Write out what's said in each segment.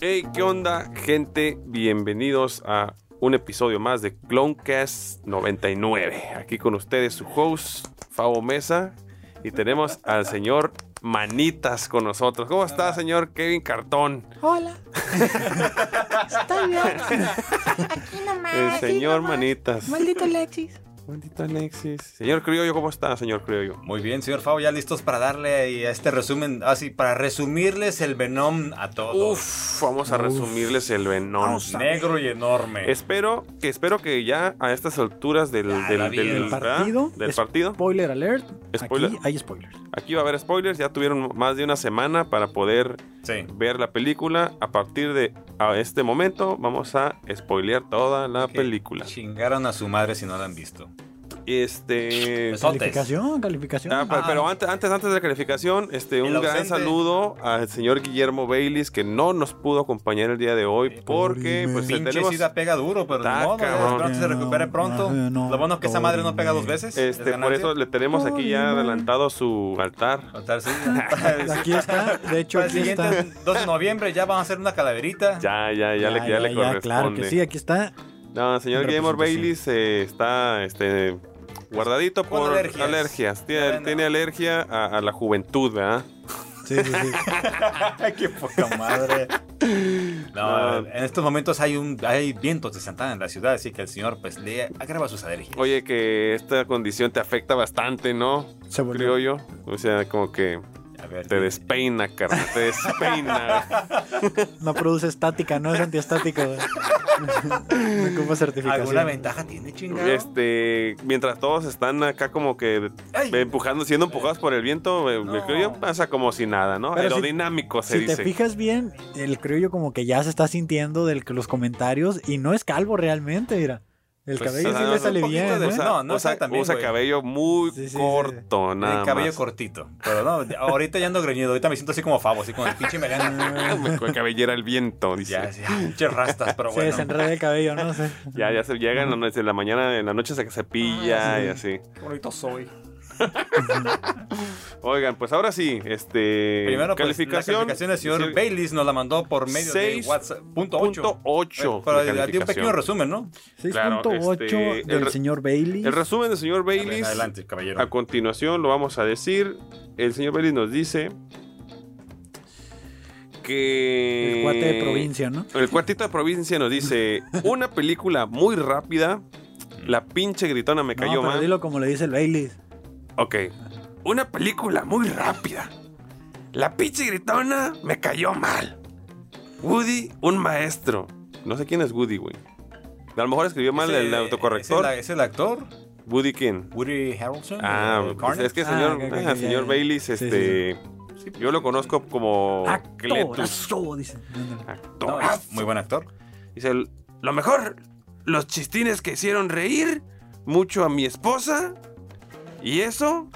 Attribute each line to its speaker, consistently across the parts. Speaker 1: Hey, ¿qué onda, gente? Bienvenidos a un episodio más de Clonecast 99. Aquí con ustedes su host, Fabo Mesa, y tenemos al señor Manitas con nosotros. ¿Cómo está, señor Kevin Cartón?
Speaker 2: Hola. Estoy bien. Aquí nomás.
Speaker 1: El
Speaker 2: aquí
Speaker 1: señor
Speaker 2: nomás.
Speaker 1: Manitas.
Speaker 2: Maldito Lexis.
Speaker 1: Maldito Alexis. Señor Criollo, ¿cómo está, señor Criollo?
Speaker 3: Muy bien, señor Fabo, ya listos para darle ahí a este resumen, así, para resumirles el Venom a todos.
Speaker 1: Uf, vamos a resumirles el venón.
Speaker 2: Vamos a-
Speaker 3: negro y enorme.
Speaker 1: Espero que espero que ya a estas alturas del,
Speaker 3: Ya,
Speaker 1: del-
Speaker 3: la
Speaker 1: del-
Speaker 3: vida.
Speaker 1: ¿verdad?
Speaker 4: partido.
Speaker 1: del partido.
Speaker 4: Spoiler alert.
Speaker 1: Spoiler.
Speaker 4: Aquí hay spoilers.
Speaker 1: Aquí va a haber spoilers, ya tuvieron más de una semana para poder
Speaker 3: sí.
Speaker 1: ver la película. A partir de a este momento vamos a spoilear toda la película.
Speaker 3: Chingaron a su madre si no la han visto.
Speaker 4: Pues,
Speaker 1: Este
Speaker 3: Besotes.
Speaker 4: Calificación, calificación.
Speaker 1: ah, pe- pero antes, antes, antes de la calificación, este, un
Speaker 3: El
Speaker 1: gran
Speaker 3: ausente.
Speaker 1: saludo al señor Guillermo Baylis que no nos pudo acompañar el día de hoy porque pues
Speaker 3: Pinche
Speaker 1: tenemos
Speaker 3: sida pega duro, pero
Speaker 1: Está
Speaker 3: ni modo,
Speaker 1: cabrón.
Speaker 3: espero que se recupere pronto.
Speaker 4: No, no,
Speaker 3: Lo bueno es que esa madre no pega dos veces. pues, es
Speaker 1: este por
Speaker 3: ganancia.
Speaker 1: eso le tenemos aquí ya adelantado su altar.
Speaker 3: O sea, sí, para el-
Speaker 4: Ah, pues Aquí está. De hecho,
Speaker 3: para el
Speaker 4: aquí
Speaker 3: siguiente
Speaker 4: está.
Speaker 3: 2 de noviembre ya van a hacer una calaverita.
Speaker 1: Ya, ya, ya, le, ya le corresponde.
Speaker 4: Claro que sí, aquí está.
Speaker 1: No, señor
Speaker 4: En
Speaker 1: Gamer
Speaker 4: representación.
Speaker 1: Bailey se está este, guardadito
Speaker 3: Con
Speaker 1: por alergias.
Speaker 3: alergias.
Speaker 1: Tiene,
Speaker 3: Bueno.
Speaker 1: tiene alergia a, a la juventud, ¿verdad?
Speaker 4: Sí, sí, sí.
Speaker 3: Qué poca madre. No,
Speaker 1: No.
Speaker 3: en estos momentos hay un hay vientos de Santana en la ciudad, así que el señor pues le agrava sus alergias.
Speaker 1: Oye, que esta condición te afecta bastante, ¿no?
Speaker 4: Se
Speaker 1: Creo
Speaker 4: volvió.
Speaker 1: yo. O sea, como que
Speaker 3: A ver,
Speaker 1: te
Speaker 3: dime.
Speaker 1: despeina, carnal. Te despeina.
Speaker 4: No produce estática, no es antiestático. No ocupa certificación.
Speaker 3: ¿Alguna ventaja tiene, chingado?
Speaker 1: este, mientras todos están acá como que
Speaker 3: Ay.
Speaker 1: empujando, siendo empujados por el viento, eh,
Speaker 3: No.
Speaker 1: creo yo pasa como si nada, ¿no?
Speaker 4: Pero si-
Speaker 1: Aerodinámico se
Speaker 4: Si
Speaker 1: dice.
Speaker 4: te fijas bien, el criollo como que ya se está sintiendo de los comentarios y no es calvo realmente, mira. El
Speaker 1: Pues,
Speaker 4: cabello
Speaker 1: ah,
Speaker 4: sí
Speaker 1: no,
Speaker 4: le sale
Speaker 3: un poquito
Speaker 4: bien.
Speaker 3: de
Speaker 4: ¿eh?
Speaker 1: Usa,
Speaker 3: No, no
Speaker 1: usa-
Speaker 3: está tan bien,
Speaker 1: usa
Speaker 3: güey.
Speaker 1: cabello muy
Speaker 4: Sí, sí, sí.
Speaker 1: corto, nada
Speaker 3: el cabello
Speaker 1: más.
Speaker 3: cortito. Pero no, ya- ahorita ya ando greñido. Ahorita me siento así como favo, así con el pinche melena.
Speaker 1: Me- con cabellera el viento, dice.
Speaker 3: ya,
Speaker 1: Ya,
Speaker 3: sí, ah, pinches rastas, pero
Speaker 4: Se
Speaker 3: bueno.
Speaker 4: desenreda el cabello, no sé.
Speaker 1: ya, se llegan en la- en la mañana, en la noche se cepilla y así.
Speaker 3: Qué bonito soy.
Speaker 1: Oigan, pues ahora sí, este.
Speaker 3: Primero, pues, la calificación del señor
Speaker 1: decir,
Speaker 3: Baylis nos la mandó por medio
Speaker 1: Seis
Speaker 3: de WhatsApp. Punto
Speaker 1: punto
Speaker 3: ocho.
Speaker 1: ocho
Speaker 3: Eh, Pero
Speaker 1: de
Speaker 3: di un pequeño
Speaker 1: calificación.
Speaker 3: resumen, ¿no?
Speaker 4: 6.8
Speaker 1: Claro, este, el
Speaker 4: del
Speaker 1: re-
Speaker 4: señor Bailey.
Speaker 1: El resumen del señor
Speaker 3: A ver,
Speaker 1: Baylis.
Speaker 3: Adelante, caballero.
Speaker 1: A continuación lo vamos a decir. El señor Baylis nos dice. Que.
Speaker 4: El cuate de provincia, ¿no?
Speaker 1: El cuartito de provincia nos dice: Una película muy rápida. La pinche gritona me
Speaker 4: no,
Speaker 1: cayó
Speaker 4: pero
Speaker 1: mal.
Speaker 4: dilo como le dice el Bailey.
Speaker 1: Ok. Una película muy rápida. La pinche gritona me cayó mal. Woody, un maestro. No sé quién es Woody, güey. A lo mejor escribió mal
Speaker 3: Ese-
Speaker 1: el autocorrector.
Speaker 3: ese la- ¿Es el actor?
Speaker 1: Woody quién.
Speaker 3: Woody Harrelson. eh,
Speaker 1: Ah,
Speaker 3: ¿El
Speaker 1: pues
Speaker 3: Carnage?
Speaker 1: es que
Speaker 4: Ah,
Speaker 1: señor,
Speaker 4: ok, ok,
Speaker 1: ah,
Speaker 4: ya,
Speaker 1: señor
Speaker 4: ya.
Speaker 1: Baylis,
Speaker 4: Sí, sí,
Speaker 1: este. Yo lo conozco como Cletus.
Speaker 4: Actorazo, dice. Ándale.
Speaker 3: No,
Speaker 1: Actor.
Speaker 3: es muy buen actor.
Speaker 1: Dice, lo mejor, los chistines que hicieron reír mucho a mi esposa. Y eso,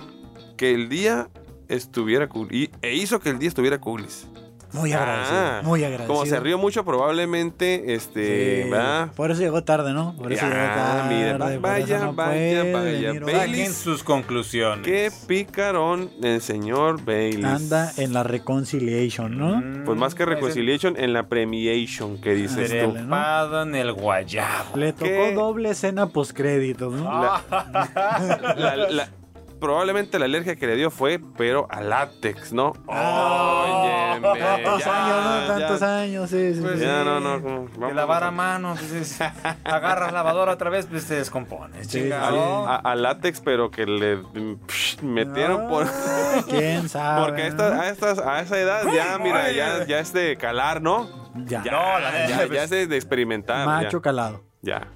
Speaker 1: que el día estuviera cool. Y, e hizo que el día estuviera coolis.
Speaker 4: Muy agradecido,
Speaker 1: Ah,
Speaker 4: muy agradecido.
Speaker 1: Como se rió mucho, probablemente, este,
Speaker 4: Sí, pues.
Speaker 1: ¿verdad?
Speaker 4: Por eso llegó tarde, ¿no? Por eso
Speaker 1: Ah,
Speaker 4: llegó tarde.
Speaker 1: mira,
Speaker 4: por eso
Speaker 1: vaya,
Speaker 4: no
Speaker 1: vaya,
Speaker 4: puede
Speaker 1: vaya,
Speaker 4: venir hoy.
Speaker 1: Bailey.
Speaker 3: Saquen sus conclusiones.
Speaker 1: Qué picarón el señor Bailey.
Speaker 4: Anda en la reconciliation, ¿no?
Speaker 3: Mm,
Speaker 1: Pues más que
Speaker 3: ese-
Speaker 1: reconciliation, en la premiation que dices tú.
Speaker 4: Ándale.
Speaker 3: Trepado en el guayabo.
Speaker 4: Le tocó
Speaker 1: ¿Qué? Ah,
Speaker 4: doble escena postcrédito, ¿no?
Speaker 1: La- la- probablemente la alergia que le dio fue, pero a látex, ¿no?
Speaker 3: Ah.
Speaker 1: Óyeme,
Speaker 4: Tantos
Speaker 1: ya,
Speaker 4: años, ¿no?
Speaker 1: ya.
Speaker 4: Tantos años, sí, sí,
Speaker 3: Pues
Speaker 4: sí.
Speaker 1: Ya,
Speaker 3: sí.
Speaker 1: no, no, como-
Speaker 3: Te
Speaker 1: vamos,
Speaker 3: lavar a
Speaker 1: vamos.
Speaker 3: mano, pues, es- agarras lavadora otra vez, pues te descompones.
Speaker 4: Sí,
Speaker 3: chinga,
Speaker 4: sí.
Speaker 3: ¿no?
Speaker 1: A, a látex, pero que le mm, psh, metieron por.
Speaker 4: Ah, ¿Quién sabe?
Speaker 1: Porque a, ah, estas- a, estas- a esa edad ya, mira, ya, ya es de calar, ¿no?
Speaker 4: Ya,
Speaker 3: No, la neta,
Speaker 1: Ya,
Speaker 3: pues,
Speaker 1: ya es de, de experimentar.
Speaker 4: macho calado.
Speaker 1: Ya. ya.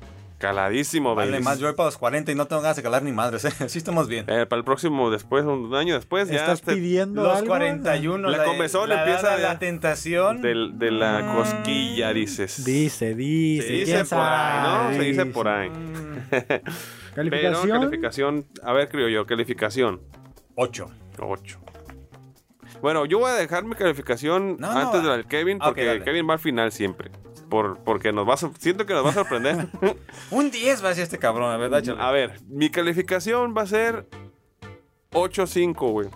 Speaker 1: Caladísimo,
Speaker 3: Vale,
Speaker 1: Belis.
Speaker 3: más yo voy para los 40 y no tengo ganas de calar ni madres, ¿eh? Sí estamos bien.
Speaker 1: Eh, para el próximo, después, un año después, ya.
Speaker 4: ¿Estás
Speaker 1: te-
Speaker 4: pidiendo
Speaker 3: Los
Speaker 4: algo?
Speaker 3: 41,
Speaker 1: La comezón
Speaker 3: la edad
Speaker 1: empieza
Speaker 3: de
Speaker 1: ya.
Speaker 3: la tentación.
Speaker 1: del- de, la
Speaker 3: Mm.
Speaker 1: cosquilla, dices.
Speaker 4: Dice, dice,
Speaker 1: Se dice
Speaker 4: quién
Speaker 1: por ahí, ¿no?
Speaker 4: sabe,
Speaker 1: Se dice
Speaker 4: dice.
Speaker 1: por ahí. Pero
Speaker 4: Calificación.
Speaker 1: calificación, a ver, creo yo, calificación
Speaker 3: 8.
Speaker 1: 8. Bueno, yo voy a dejar mi calificación
Speaker 3: No, no,
Speaker 1: antes de la del Kevin
Speaker 3: ah, ok,
Speaker 1: porque
Speaker 3: dale.
Speaker 1: Kevin va al final siempre. Por, porque nos va a sor- siento que nos va a sorprender.
Speaker 3: Un 10 va a ser este cabrón, ¿verdad,
Speaker 1: a
Speaker 3: chaval?
Speaker 1: ver, mi calificación va a ser 8.5, güey.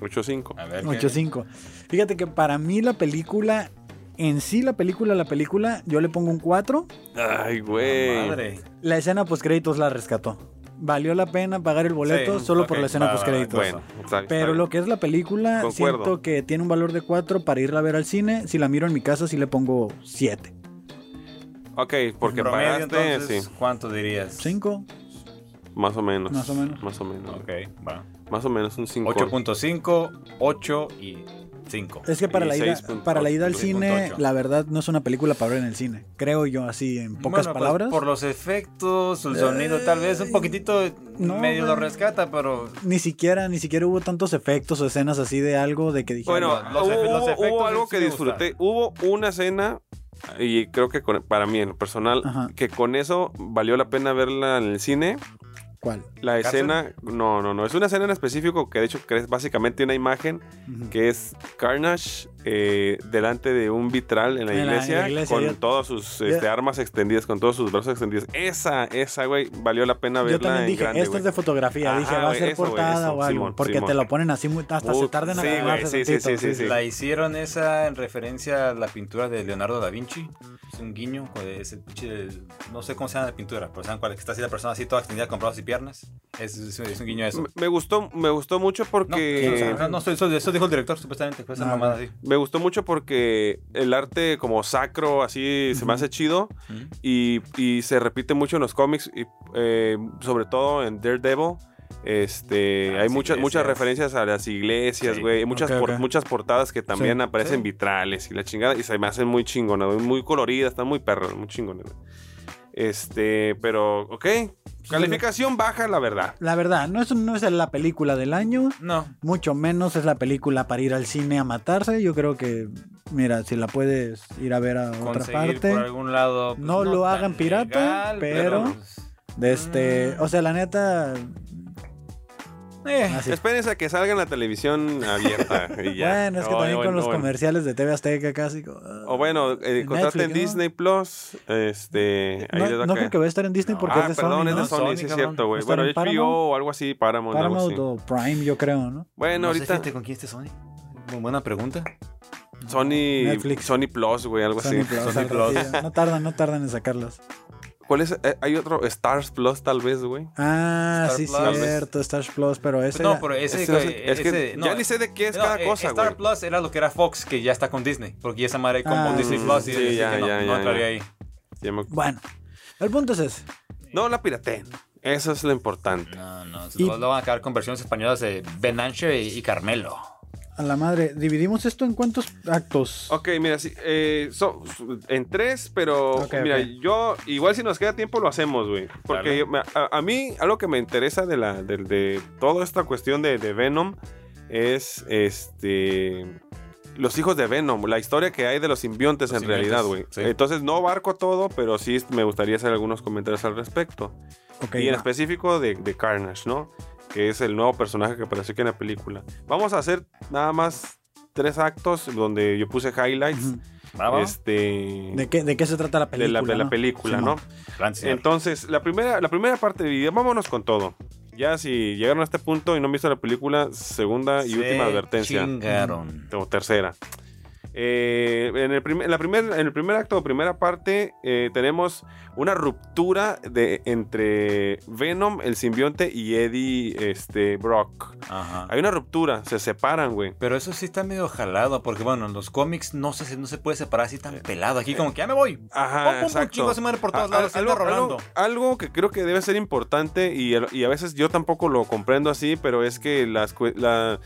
Speaker 1: 8.5.
Speaker 3: ver. ¿qué?
Speaker 4: 8.5. Fíjate que para mí la película En sí, la película, la película, yo le pongo un 4.
Speaker 1: Ay, güey.
Speaker 3: Ah, Madre.
Speaker 4: La escena postcréditos la rescató. Valió la pena pagar el boleto
Speaker 3: Sí,
Speaker 4: solo por
Speaker 3: ok,
Speaker 4: la escena
Speaker 3: va, va,
Speaker 4: postcréditos.
Speaker 1: Ah, Bueno, está- está
Speaker 4: Pero
Speaker 1: bien.
Speaker 4: lo que es la película,
Speaker 1: Concuerdo.
Speaker 4: siento que tiene un valor de 4 para irla a ver al cine. Si la miro en mi casa, sí le pongo 7.
Speaker 1: Ok, porque
Speaker 3: En promedio,
Speaker 1: pagaste,
Speaker 3: entonces,
Speaker 1: sí,
Speaker 3: ¿Cuánto dirías?
Speaker 4: 5.
Speaker 1: más o menos.
Speaker 4: Más o menos.
Speaker 1: Más o menos.
Speaker 3: Ok, va.
Speaker 1: Más o menos un 5.
Speaker 3: 8.5, 8 y 5.
Speaker 4: Es que para
Speaker 1: Y
Speaker 4: la, ida,
Speaker 1: seis punto
Speaker 4: para la
Speaker 1: ocho,
Speaker 4: ida al
Speaker 1: seis
Speaker 4: cine,
Speaker 3: punto ocho.
Speaker 4: la verdad no es una película para ver en el cine. Creo yo, así, en
Speaker 3: Bueno,
Speaker 4: pocas
Speaker 3: pues,
Speaker 4: palabras.
Speaker 3: por los efectos, el sonido, tal vez un poquitito
Speaker 4: no,
Speaker 3: medio lo
Speaker 4: güey.
Speaker 3: rescata, pero.
Speaker 4: Ni siquiera, ni siquiera hubo tantos efectos o escenas así de algo de que dije.
Speaker 1: Bueno,
Speaker 3: Los- los
Speaker 1: hubo,
Speaker 3: efe- los
Speaker 1: hubo-
Speaker 3: efectos
Speaker 1: hubo algo
Speaker 3: sí
Speaker 1: que
Speaker 3: me
Speaker 1: disfruté. Hubo una escena, y creo que con- para mí, en lo personal,
Speaker 4: Ajá.
Speaker 1: que con eso valió la pena verla en el cine.
Speaker 4: ¿Cuál?
Speaker 1: La
Speaker 3: ¿Cárcel?
Speaker 1: escena, no, no, no, es una escena en específico que de hecho que es básicamente una imagen
Speaker 4: Ujú.
Speaker 1: que es Carnage eh, delante de un vitral en la,
Speaker 4: En la- en la
Speaker 1: iglesia,
Speaker 4: iglesia,
Speaker 1: con
Speaker 4: yo-
Speaker 1: todas sus este,
Speaker 4: yo-
Speaker 1: armas extendidas, con todos sus brazos extendidos. Esa, esa, güey, valió la pena
Speaker 4: Yo
Speaker 1: verla
Speaker 4: también
Speaker 1: en
Speaker 4: dije,
Speaker 1: grande,
Speaker 4: esta
Speaker 1: güey.
Speaker 4: es de fotografía.
Speaker 1: Ajá,
Speaker 4: dije, va a
Speaker 1: güey,
Speaker 4: ser
Speaker 1: eso, güey,
Speaker 4: portada
Speaker 1: eso,
Speaker 4: o algo.
Speaker 1: Simón,
Speaker 4: porque
Speaker 1: Simón.
Speaker 4: te lo ponen así muy, hasta
Speaker 1: Uh,
Speaker 4: se tardan
Speaker 1: sí,
Speaker 4: en
Speaker 1: güey, sí,
Speaker 4: agarrarse
Speaker 1: sí,
Speaker 4: tantito,
Speaker 1: sí, sí,
Speaker 3: La hicieron esa en referencia a la pintura de Leonardo da Vinci. Es un guiño, pues, es el pinche. No sé cómo se llama la pintura, pero saben cuál que está así la persona así toda extendida con brazos y piernas. Es, es- es un guiño a eso.
Speaker 1: Me- Me gustó, me gustó mucho
Speaker 3: No, o sea,
Speaker 1: porque.
Speaker 3: no, no, eso, eso- eso dijo el director, supuestamente. Fue esa
Speaker 4: No,
Speaker 3: mamada
Speaker 4: no.
Speaker 3: así.
Speaker 1: Me gustó mucho porque el arte como sacro, así se me hace chido y, y se repite mucho en los cómics, y, eh, sobre todo en Daredevil. Este,
Speaker 3: Ah,
Speaker 1: hay
Speaker 3: las
Speaker 1: muchas, muchas
Speaker 3: iglesias.
Speaker 1: referencias a las iglesias,
Speaker 3: Sí.
Speaker 1: güey. y Muchas,
Speaker 4: Ok,
Speaker 1: por-
Speaker 4: ok.
Speaker 1: muchas portadas que también
Speaker 4: Sí.
Speaker 1: aparecen
Speaker 3: Sí.
Speaker 1: vitrales y la chingada. Y se me hacen muy chingonas, güey, muy coloridas, están muy perros, muy chingonas. güey. Este, pero, ok. Calificación baja, la verdad.
Speaker 4: La verdad, no es, no es la película del año.
Speaker 3: No.
Speaker 4: Mucho menos es la película para ir al cine a matarse. Yo creo que, mira, si la puedes ir a ver a otra
Speaker 3: Conseguir
Speaker 4: parte.
Speaker 3: por algún lado. pues,
Speaker 4: No lo
Speaker 3: tan
Speaker 4: hagan pirata, pero-
Speaker 3: pues,
Speaker 4: De este,
Speaker 3: Mm.
Speaker 4: o sea, la neta.
Speaker 3: eh,
Speaker 4: así.
Speaker 1: Espérense a que salga en la televisión abierta. y ya.
Speaker 4: Bueno, es que
Speaker 1: Oh,
Speaker 4: también
Speaker 1: bueno,
Speaker 4: con los
Speaker 1: bueno.
Speaker 4: comerciales de TV Azteca casi. co-
Speaker 1: O bueno, eh,
Speaker 4: En
Speaker 1: contraten
Speaker 4: Netflix, ¿no?
Speaker 1: Disney Plus. Este, ahí les
Speaker 4: no,
Speaker 1: va
Speaker 4: no
Speaker 1: a
Speaker 4: creo
Speaker 1: caer.
Speaker 4: que va a estar en Disney porque
Speaker 1: ah,
Speaker 4: es de Sony.
Speaker 1: perdón, es
Speaker 4: ¿no?
Speaker 1: de Sony,
Speaker 3: Sony,
Speaker 1: sí es
Speaker 3: cabrón.
Speaker 1: cierto, güey.
Speaker 4: ¿Va a
Speaker 1: Bueno, HBO
Speaker 4: estar en
Speaker 1: o algo así, Paramount, algo
Speaker 4: Paramount
Speaker 1: así.
Speaker 4: o Prime, yo creo, ¿no?
Speaker 1: Bueno,
Speaker 3: no sé,
Speaker 1: ahorita
Speaker 3: fíjate, ¿Con quién este Sony? Muy buena pregunta.
Speaker 1: Sony,
Speaker 4: Netflix.
Speaker 1: Sony Plus, güey, algo
Speaker 4: Sony
Speaker 1: así.
Speaker 4: Plus,
Speaker 3: Sony
Speaker 4: al
Speaker 3: Plus.
Speaker 4: ratillo. No tardan, no tardan en sacarlas.
Speaker 1: ¿Cuál es? Eh, hay otro Stars Plus, tal vez, güey.
Speaker 4: Ah,
Speaker 3: Star
Speaker 4: sí,
Speaker 3: Plus.
Speaker 4: cierto, Star Plus, pero ese.
Speaker 3: no,
Speaker 4: ya-
Speaker 3: pero ese,
Speaker 1: Este no sé- es que
Speaker 3: ese- no,
Speaker 1: ya ni sé de qué es
Speaker 3: no,
Speaker 1: cada
Speaker 3: eh,
Speaker 1: cosa,
Speaker 3: Star
Speaker 1: güey.
Speaker 3: Plus era lo que era Fox, que ya está con Disney. Porque ya esa madre como
Speaker 4: Ah,
Speaker 3: Disney
Speaker 1: sí,
Speaker 3: Plus.
Speaker 1: sí,
Speaker 3: y decía
Speaker 1: ya,
Speaker 3: que no,
Speaker 1: ya,
Speaker 3: no
Speaker 1: ya,
Speaker 3: entraría
Speaker 1: ya.
Speaker 3: ahí.
Speaker 1: Ya me-
Speaker 4: Bueno, el punto es ese.
Speaker 1: No la pirateen. Eso es lo importante.
Speaker 3: No, no. se
Speaker 4: Y-
Speaker 3: Lo, lo van a acabar con versiones españolas de Benanche y, y Carmelo.
Speaker 4: A la madre, dividimos esto en cuántos actos.
Speaker 1: Ok, mira, sí, eh, so- en tres, pero
Speaker 4: Ok,
Speaker 1: mira,
Speaker 4: ok.
Speaker 1: yo igual si nos queda tiempo lo hacemos, güey. Porque
Speaker 3: Dale.
Speaker 1: yo- me- a, a mí algo que me interesa de, la, de, de toda esta cuestión de, de Venom es este los hijos de Venom, la historia que hay de los simbiontes
Speaker 3: Los
Speaker 1: en realidad, güey.
Speaker 3: simbiontes, sí.
Speaker 1: Entonces no abarco todo, pero sí me gustaría hacer algunos comentarios al respecto.
Speaker 4: Ok,
Speaker 1: y en
Speaker 4: va.
Speaker 1: específico de, de Carnage, ¿no? Que es el nuevo personaje que apareció aquí en la película. Vamos a hacer nada más tres actos donde yo puse highlights
Speaker 4: Ujú.
Speaker 3: ¿Va, va?
Speaker 1: este
Speaker 4: ¿De qué, ¿De qué se trata la
Speaker 1: de
Speaker 4: película?
Speaker 1: la, de la
Speaker 4: no?
Speaker 1: película,
Speaker 4: Sí,
Speaker 1: ¿no?
Speaker 3: Plan, señor.
Speaker 1: Entonces, la primera, la primera parte, y vámonos con todo. Ya si llegaron a este punto y no han visto la película, segunda y
Speaker 3: Se
Speaker 1: última advertencia.
Speaker 3: Chingaron.
Speaker 1: O tercera. Eh, en, el prim- en la primer, en el primer acto, primera parte, eh, tenemos una ruptura de, entre Venom, el simbionte, y Eddie este, Brock.
Speaker 3: Ajá.
Speaker 1: Hay una ruptura, se separan, güey.
Speaker 3: Pero eso sí está medio jalado, porque bueno, en los cómics no se, no se puede separar así tan pelado. Aquí como que ya me voy.
Speaker 1: Ajá,
Speaker 3: Pum, pum, pum,
Speaker 1: Eh. Ah, exacto.
Speaker 3: chingo a su madre por
Speaker 1: Ah,
Speaker 3: todos
Speaker 1: Al-
Speaker 3: lados, se
Speaker 1: algo,
Speaker 3: anda rolando.
Speaker 1: algo- algo que creo que debe ser importante y, a- y a veces yo tampoco lo comprendo así, pero es que las, cue- la-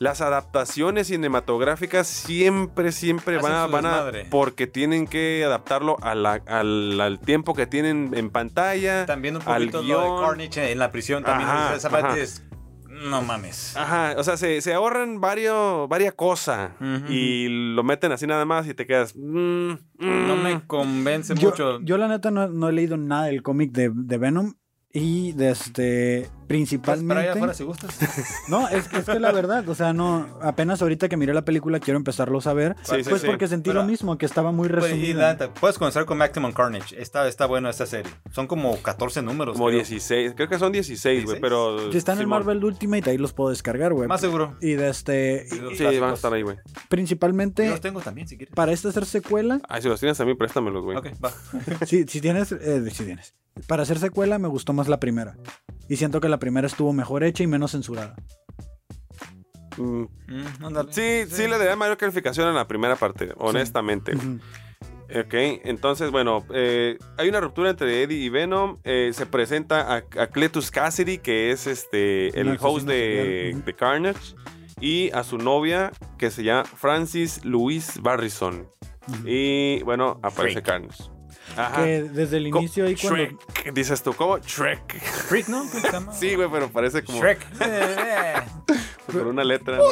Speaker 1: las adaptaciones cinematográficas siempre, siempre van
Speaker 3: Hacen
Speaker 1: a,
Speaker 3: su
Speaker 1: van a-
Speaker 3: desmadre.
Speaker 1: Porque tienen que adaptarlo a la- al, al tiempo que tienen en pantalla.
Speaker 3: También un
Speaker 1: al
Speaker 3: poquito lo
Speaker 1: guión.
Speaker 3: de Carnage en la prisión. También
Speaker 1: Ajá,
Speaker 3: esa parte
Speaker 1: ajá.
Speaker 3: es. No mames.
Speaker 1: Ajá, o sea, se, se ahorran varios, varias cosas
Speaker 3: Ujú.
Speaker 1: y lo meten así nada más y te quedas... mm, mm.
Speaker 3: No me convence
Speaker 4: Yo,
Speaker 3: mucho.
Speaker 4: yo la neta no, no he leído nada del cómic de, de Venom. Y
Speaker 1: Pues,
Speaker 4: desde principalmente.
Speaker 3: Pues, Para allá afuera si gustas. Pues,
Speaker 4: No, es, es que la verdad, o sea, no, apenas ahorita que miré la película quiero empezarlo a ver.
Speaker 1: Sí, sí,
Speaker 4: pues
Speaker 1: sí.
Speaker 4: porque sentí
Speaker 3: Pero-
Speaker 4: lo mismo, que estaba muy
Speaker 3: Pues, y la
Speaker 4: resumida.
Speaker 3: neta, puedes comenzar con Maximum Carnage. Está, está buena esta serie. Son como 14 números.
Speaker 1: Como
Speaker 3: creo.
Speaker 1: 16, creo que son 16, güey,
Speaker 3: 16.
Speaker 1: pero...
Speaker 4: Está en el
Speaker 1: Simón.
Speaker 4: Marvel Ultimate, ahí los puedo descargar, güey.
Speaker 3: Más seguro.
Speaker 4: Y desde.
Speaker 3: Y los
Speaker 1: Sí,
Speaker 3: clásicos.
Speaker 1: van a estar ahí, güey.
Speaker 4: Principalmente
Speaker 3: Yo los tengo también, si quieres.
Speaker 4: para esta hacer secuela.
Speaker 1: Ah, si los tienes a mí, préstamelos, güey.
Speaker 3: Ok, va.
Speaker 4: si, si tienes. eh, si tienes. Para hacer secuela me gustó más la primera. Y siento que la primera estuvo mejor hecha y menos censurada.
Speaker 1: Mm,
Speaker 3: Mm, ándale.
Speaker 1: Sí, sí, le daría mayor calificación a la primera parte, honestamente. güey.
Speaker 4: Ujú.
Speaker 1: Ok, entonces, bueno, eh, hay una ruptura entre Eddie y Venom. eh, se presenta a, a Cletus Cassidy, que es este el
Speaker 4: Un asesino
Speaker 1: host de,
Speaker 4: serial, ujú.
Speaker 1: de Carnage, y a su novia, que se llama Francis Louise Barrison.
Speaker 4: Ujú.
Speaker 1: Y bueno, aparece Carnage. Ajá.
Speaker 4: Que desde el
Speaker 1: Co-
Speaker 4: inicio ahí cuando.
Speaker 1: Shrek, dices tú, ¿cómo? Shrek.
Speaker 3: Freak, ¿no? ¿Cómo se llama?
Speaker 1: Sí, güey, pero parece como
Speaker 3: Shrek. Eh,
Speaker 1: con una letra. ¿no?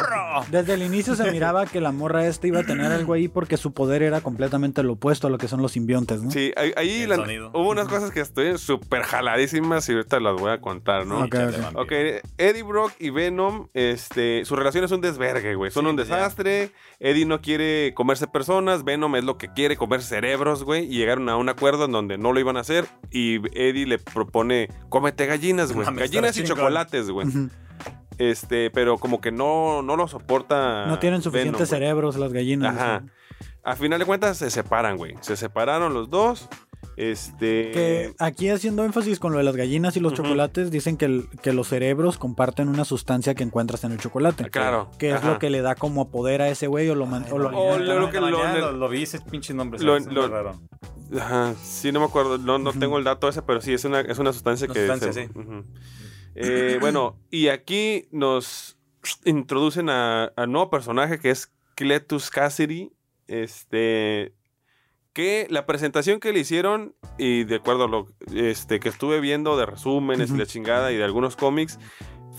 Speaker 4: Desde el inicio se miraba que la morra esta iba a tener algo ahí porque su poder era completamente lo opuesto a lo que son los simbiontes, ¿no?
Speaker 1: Sí, ahí, ahí
Speaker 3: El
Speaker 1: la-
Speaker 3: sonido.
Speaker 1: hubo unas cosas que estoy súper jaladísimas y ahorita las voy a contar, ¿no?
Speaker 4: Ok,
Speaker 3: chale,
Speaker 4: ok.
Speaker 3: vampiro.
Speaker 1: Ok, Eddie Brock y Venom, este, su relación es un desvergue, güey. Son
Speaker 3: Sí,
Speaker 1: un
Speaker 3: pues ya.
Speaker 1: desastre. Eddie no quiere comerse personas, Venom es lo que quiere comer cerebros, güey. Y llegaron a un acuerdo en donde no lo iban a hacer y Eddie le propone, cómete gallinas, güey.
Speaker 3: Mames,
Speaker 1: gallinas y
Speaker 3: está chingón.
Speaker 1: chocolates, güey.
Speaker 4: Ujú.
Speaker 1: Este, pero como que no, no lo soporta.
Speaker 4: No tienen
Speaker 1: Ah, Venom, güey.
Speaker 4: suficientes cerebros las gallinas.
Speaker 1: Ajá.
Speaker 4: ¿no?
Speaker 1: A final de cuentas se separan, güey. Se separaron los dos. Este.
Speaker 4: Que aquí haciendo énfasis con lo de las gallinas y los
Speaker 1: Ujú.
Speaker 4: chocolates, dicen que, el- que los cerebros comparten una sustancia que encuentras en el chocolate.
Speaker 1: Ah, Claro,
Speaker 4: Que es
Speaker 1: ajá.
Speaker 4: lo que le da como poder a ese güey o lo, man- o lo
Speaker 1: O
Speaker 4: alimenta,
Speaker 1: lo-
Speaker 4: ¿no?
Speaker 1: lo que lo-
Speaker 3: Mañana lo, lo vi ese pinche nombre.
Speaker 1: lo-
Speaker 3: ¿sabes?
Speaker 1: lo-
Speaker 3: Es raro.
Speaker 1: Ajá, sí, no me acuerdo, no, no
Speaker 4: Ujú.
Speaker 1: tengo el dato ese, pero sí, es una, es una sustancia
Speaker 3: Una
Speaker 1: que...
Speaker 3: sustancia,
Speaker 1: se-
Speaker 3: sí.
Speaker 1: Ujú. Eh, bueno, y aquí nos introducen a, a un nuevo personaje que es Cletus Cassidy, este, que la presentación que le hicieron, y de acuerdo a lo este, que estuve viendo de resúmenes y
Speaker 4: Ujú.
Speaker 1: la chingada y de algunos cómics,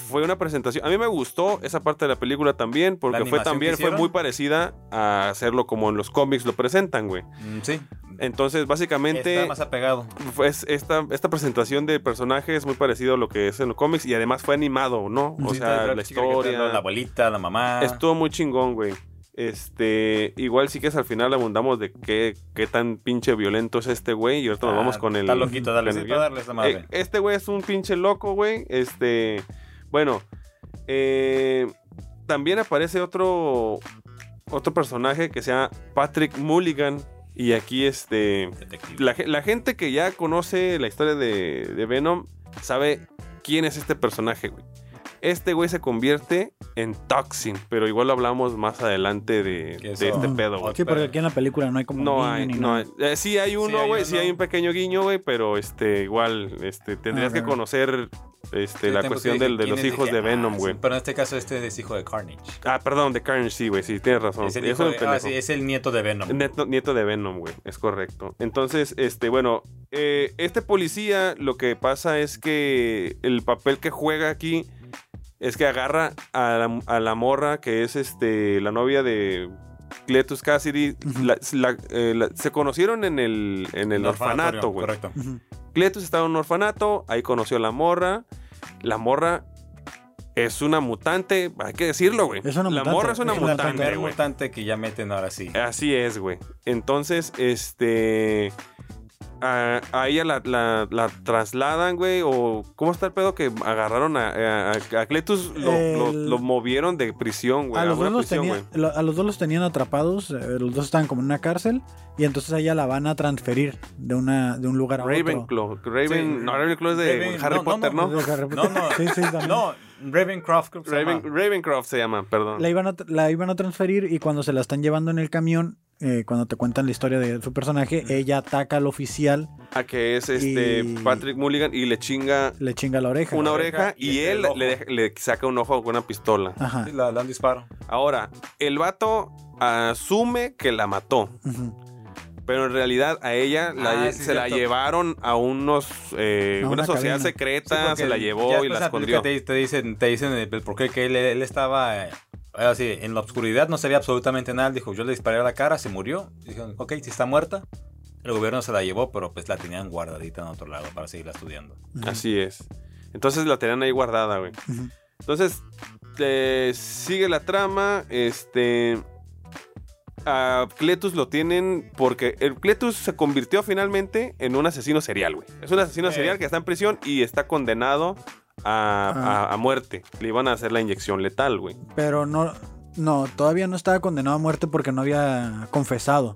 Speaker 1: fue una presentación. A mí me gustó esa parte de la película también, porque fue
Speaker 3: animación que
Speaker 1: también fue
Speaker 3: hicieron?
Speaker 1: muy parecida a hacerlo como en los cómics lo presentan, güey.
Speaker 3: Mm, Sí.
Speaker 1: Entonces, básicamente
Speaker 3: Está más apegado.
Speaker 1: pues esta, esta presentación de personaje es muy parecido a lo que es en los cómics y además fue animado, ¿no? O
Speaker 4: Sí,
Speaker 1: sea,
Speaker 3: Está
Speaker 1: la
Speaker 3: chica que
Speaker 1: historia.
Speaker 3: está, La abuelita, la mamá.
Speaker 1: Estuvo muy chingón, güey. Este, igual sí que es al final abundamos de qué, qué tan pinche violento es este güey y ahorita nos
Speaker 3: Ah,
Speaker 1: vamos con el...
Speaker 3: Está loquito, dale.
Speaker 1: con
Speaker 3: Sí,
Speaker 1: el
Speaker 3: para
Speaker 1: guión.
Speaker 3: darle esa madre.
Speaker 1: Eh, este güey es un pinche loco, güey. Este, bueno, eh, también aparece otro, otro personaje que se llama Patrick Mulligan y aquí este
Speaker 3: Detective.
Speaker 1: la, ge- la gente que ya conoce la historia de, de Venom sabe quién es este personaje, güey. Este güey se convierte en Toxin, pero igual lo hablamos más adelante de,
Speaker 3: Que
Speaker 1: de
Speaker 3: eso-
Speaker 1: este
Speaker 4: Ujú.
Speaker 1: pedo, güey.
Speaker 4: Sí, porque aquí en la película no hay como
Speaker 1: No
Speaker 4: niño
Speaker 1: hay,
Speaker 4: ni
Speaker 1: no
Speaker 4: nada.
Speaker 1: hay. Eh, sí hay uno,
Speaker 3: hay
Speaker 1: güey, sí
Speaker 3: uno.
Speaker 1: hay un pequeño guiño, güey, pero este, igual, este, tendrías
Speaker 4: Ah,
Speaker 1: que
Speaker 4: claro.
Speaker 1: conocer este,
Speaker 3: Sí,
Speaker 1: la
Speaker 3: tengo
Speaker 1: cuestión
Speaker 3: que-
Speaker 1: del- de
Speaker 3: ¿quién
Speaker 1: los
Speaker 3: es? Dije,
Speaker 1: hijos de
Speaker 3: ah,
Speaker 1: Venom,
Speaker 3: sí,
Speaker 1: güey.
Speaker 3: Pero en este caso este es hijo de Carnage.
Speaker 1: Ah, perdón, de Carnage, sí, güey, sí, tienes razón.
Speaker 3: Es el,
Speaker 1: Yo
Speaker 3: hijo
Speaker 1: soy un
Speaker 3: de- ah,
Speaker 1: pendejo.
Speaker 3: sí, es el nieto de Venom.
Speaker 1: Neto- nieto de Venom, güey, es correcto. Entonces, este, bueno, eh, este policía lo que pasa es que el papel que juega aquí es que agarra a la, a la morra que es este, la novia de Cletus Cassidy.
Speaker 4: Ujú.
Speaker 1: La- la- eh, la- se conocieron en el, en el orfanato,
Speaker 3: orfanatorio,
Speaker 1: güey.
Speaker 3: Correcto.
Speaker 4: Ujú.
Speaker 1: Cletus estaba en un orfanato, ahí conoció a la morra. La morra es una mutante, hay que decirlo, güey.
Speaker 4: Es una
Speaker 1: la
Speaker 4: mutante,
Speaker 1: morra es una
Speaker 4: es una
Speaker 1: mutante,
Speaker 3: primer
Speaker 1: güey. Eh,
Speaker 3: mutante que ya meten ahora sí.
Speaker 1: Así es, güey. Entonces, este. A, a ella la, la- la trasladan, güey. O. ¿Cómo está el pedo que agarraron a, a, a- a Cletus? Lo, lo-
Speaker 4: El-
Speaker 1: lo movieron de prisión, güey.
Speaker 4: a,
Speaker 1: A,
Speaker 4: los
Speaker 1: una
Speaker 4: dos los
Speaker 1: prisión,
Speaker 4: tenía-
Speaker 1: güey.
Speaker 4: lo- a los dos los tenían atrapados, eh, los dos estaban como en una cárcel y entonces a ella la van a transferir de, una, de un lugar a otro.
Speaker 1: Ravenclaw. Raven.
Speaker 3: Sí.
Speaker 1: No, Ravenclaw es de
Speaker 3: Raven-
Speaker 1: Harry
Speaker 3: no, no,
Speaker 1: Potter, ¿no?
Speaker 3: no, No, no.
Speaker 4: Sí, sí, también.
Speaker 3: No, Ravencroft. creo que se
Speaker 1: Raven-
Speaker 3: llama.
Speaker 1: Ravencroft se llama, perdón.
Speaker 4: La iban, a, la iban a transferir y cuando se la están llevando en el camión, eh, cuando te cuentan la historia de su personaje, ella ataca al oficial,
Speaker 1: A Ah, que es este
Speaker 4: Y-
Speaker 1: Patrick Mulligan y le chinga
Speaker 4: le chinga la oreja.
Speaker 1: una
Speaker 3: la
Speaker 1: oreja
Speaker 3: oreja
Speaker 1: y
Speaker 3: y el
Speaker 1: él
Speaker 3: ojo.
Speaker 1: le, deja- le saca un ojo con una pistola.
Speaker 4: Ajá.
Speaker 3: Sí, la, la han disparo.
Speaker 1: Ahora, el vato asume que la mató.
Speaker 4: ujú.
Speaker 1: Pero en realidad a ella la
Speaker 3: Ah,
Speaker 1: lle-
Speaker 3: sí,
Speaker 1: se la
Speaker 3: cierto.
Speaker 1: llevaron a unos eh,
Speaker 4: A
Speaker 1: una,
Speaker 4: una
Speaker 1: sociedad
Speaker 4: cabina.
Speaker 1: secreta, se
Speaker 3: Sí,
Speaker 1: la
Speaker 3: porque
Speaker 1: llevó
Speaker 3: ya
Speaker 1: y la
Speaker 3: después en
Speaker 1: escondió.
Speaker 3: película Te, te dicen, te dicen el, el por qué que él, él estaba eh, así, en la oscuridad, no se veía absolutamente nada. Él Dijo, yo le disparé a la cara, se murió. Dijeron, ok, si está muerta, El gobierno se la llevó, pero pues la tenían guardadita en otro lado para seguirla estudiando.
Speaker 4: Ujú.
Speaker 1: Así es. Entonces la tenían ahí guardada, güey.
Speaker 4: Ujú.
Speaker 1: Entonces, eh, sigue la trama. Este. A Cletus lo tienen porque el Cletus se convirtió finalmente en un asesino serial, güey. Es un asesino
Speaker 3: Eh.
Speaker 1: serial que está en prisión y está condenado a,
Speaker 4: Ah.
Speaker 1: a- a muerte. Le iban a hacer la inyección letal, güey.
Speaker 4: Pero no, no, todavía no estaba condenado a muerte porque no había confesado.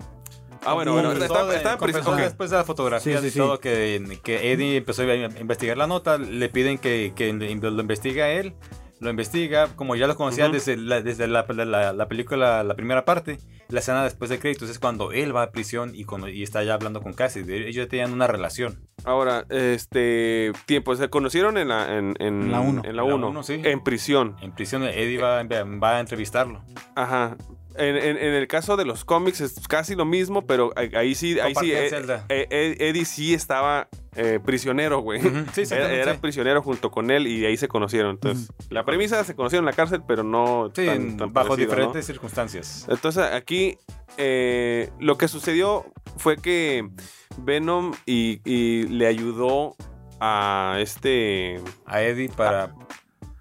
Speaker 1: Ah, bueno, bueno, está,
Speaker 3: Confesó de-
Speaker 1: está en prisión.
Speaker 3: confesó
Speaker 4: Ok.
Speaker 3: después de las pues, fotografías
Speaker 4: Sí, sí,
Speaker 3: y todo que, que Eddie empezó a investigar la nota, le piden que, que lo investigue a él, lo investiga, como ya lo conocían
Speaker 1: Ujú.
Speaker 3: desde, la, desde la, la- la película, la primera parte, la escena después de créditos es cuando él va a prisión y, cuando- y está ya hablando con Cassidy, ellos tenían una relación.
Speaker 1: Ahora, este tiempo, se conocieron en la 1. En, en-
Speaker 4: La uno.
Speaker 1: En, la
Speaker 3: La
Speaker 1: uno,
Speaker 3: uno, sí.
Speaker 1: en prisión.
Speaker 3: En prisión Eddie va, a- va a entrevistarlo.
Speaker 1: Ajá. En, en- en el caso de los cómics es casi lo mismo, pero ahí- ahí sí, ahí sí,
Speaker 3: Compartían
Speaker 1: eh,
Speaker 3: celda.
Speaker 1: eh, eh, Eddie sí estaba eh, prisionero, güey.
Speaker 3: Sí, sí,
Speaker 1: Era, pues, era
Speaker 3: sí.
Speaker 1: prisionero junto con él y ahí se conocieron. Entonces, la premisa se conocieron en la cárcel, pero no
Speaker 3: Sí,
Speaker 1: tan- tan
Speaker 3: bajo
Speaker 1: parecido, ¿no?
Speaker 3: diferentes circunstancias.
Speaker 1: Entonces aquí eh, lo que sucedió fue que Venom y, y le ayudó a este
Speaker 3: A Eddie para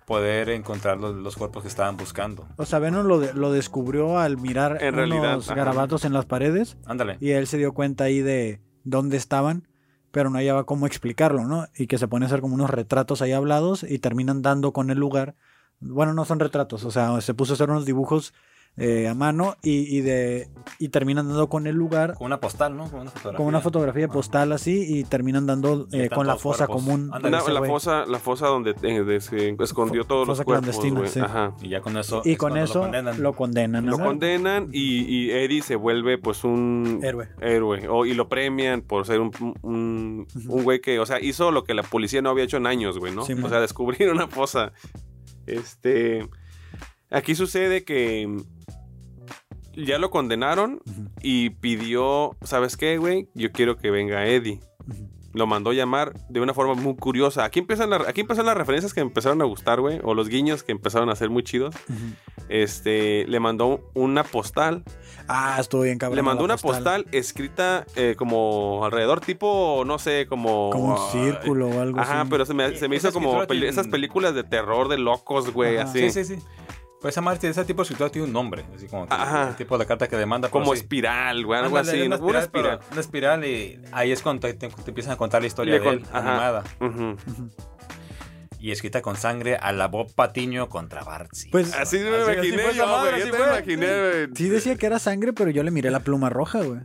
Speaker 3: poder encontrar los, los cuerpos que estaban buscando.
Speaker 4: O sea, Venom lo, de- lo descubrió al mirar
Speaker 1: En realidad,
Speaker 4: unos
Speaker 1: ajá.
Speaker 4: garabatos en las paredes
Speaker 3: Ándale.
Speaker 4: y él se dio cuenta ahí de dónde estaban, pero no hallaba cómo explicarlo, ¿no? Y que se pone a hacer como unos retratos ahí hablados y terminan dando con el lugar. Bueno, no son retratos, o sea, se puso a hacer unos dibujos eh, a mano y, y de, y terminan dando con el lugar
Speaker 3: Con una postal, ¿no? Con una fotografía.
Speaker 4: con una fotografía
Speaker 3: Ah.
Speaker 4: postal así y terminan dando eh,
Speaker 3: están
Speaker 4: con la
Speaker 3: todos
Speaker 4: fosa
Speaker 3: cuerpos.
Speaker 4: común.
Speaker 3: Ándale,
Speaker 1: una-
Speaker 4: de ese
Speaker 1: la
Speaker 4: güey.
Speaker 1: fosa la fosa donde eh, de- se escondió
Speaker 4: Fo-
Speaker 1: todos los
Speaker 4: fosa
Speaker 1: cuerpos
Speaker 4: clandestina,
Speaker 1: güey.
Speaker 4: sí.
Speaker 1: Ajá.
Speaker 3: Y ya con eso.
Speaker 4: Y
Speaker 3: es
Speaker 4: con
Speaker 3: cuando
Speaker 4: eso lo condenan.
Speaker 3: condenan.
Speaker 1: lo
Speaker 4: ajá.
Speaker 1: condenan y, y Eddie se vuelve pues un héroe,
Speaker 4: Héroe.
Speaker 1: O- y lo premian por ser un, un, un güey que, o sea, hizo lo que la policía no había hecho en años, güey, ¿no?
Speaker 4: Sí,
Speaker 1: o
Speaker 4: man.
Speaker 1: sea, descubrir una fosa. Este, aquí sucede que ya lo condenaron
Speaker 4: Ujú,
Speaker 1: y pidió, ¿sabes qué, güey? Yo quiero que venga Eddie.
Speaker 4: ujú.
Speaker 1: Lo mandó llamar de una forma muy curiosa. Aquí empiezan, la- aquí empiezan las referencias que empezaron a gustar, güey, o los guiños que empezaron a ser muy chidos.
Speaker 4: Ujú.
Speaker 1: Este, le mandó una postal
Speaker 4: Ah, estuvo bien cabrón.
Speaker 1: le mandó
Speaker 4: la
Speaker 1: una postal, escrita eh, como alrededor, tipo, no sé, como.
Speaker 4: Como un círculo o algo
Speaker 1: Oh, Ajá,
Speaker 4: así.
Speaker 1: pero se me, se me
Speaker 3: Esa
Speaker 1: hizo como
Speaker 3: escritura
Speaker 1: peli-
Speaker 3: tiene-
Speaker 1: esas películas de terror de locos, güey,
Speaker 4: Ajá.
Speaker 1: así.
Speaker 3: Sí, sí, sí. Pues esa madre, ese tipo de escritura tiene un nombre. Así como que
Speaker 1: Ajá.
Speaker 3: el tipo de la carta que demanda. pero
Speaker 1: Como
Speaker 3: sí.
Speaker 1: espiral, güey, algo
Speaker 3: Ándale,
Speaker 1: así.
Speaker 3: Una
Speaker 1: ¿no? Una
Speaker 3: espiral,
Speaker 1: espiral.
Speaker 3: pero- una espiral y ahí es cuando te, te- te empiezan a contar la historia
Speaker 1: Le
Speaker 3: de
Speaker 1: con-
Speaker 3: él,
Speaker 1: ajá.
Speaker 3: animada.
Speaker 1: Ujú.
Speaker 4: Ujú.
Speaker 3: Y escrita con sangre a la Bob Patiño contra Bartzi. Ah,
Speaker 4: Pues
Speaker 1: Así me
Speaker 3: Así- así
Speaker 1: imaginé
Speaker 3: fue esa
Speaker 1: yo,
Speaker 3: madre,
Speaker 1: güey,
Speaker 3: así
Speaker 1: yo te
Speaker 3: fue.
Speaker 1: imaginé, güey.
Speaker 4: sí decía que era sangre, pero yo le miré la pluma roja, güey.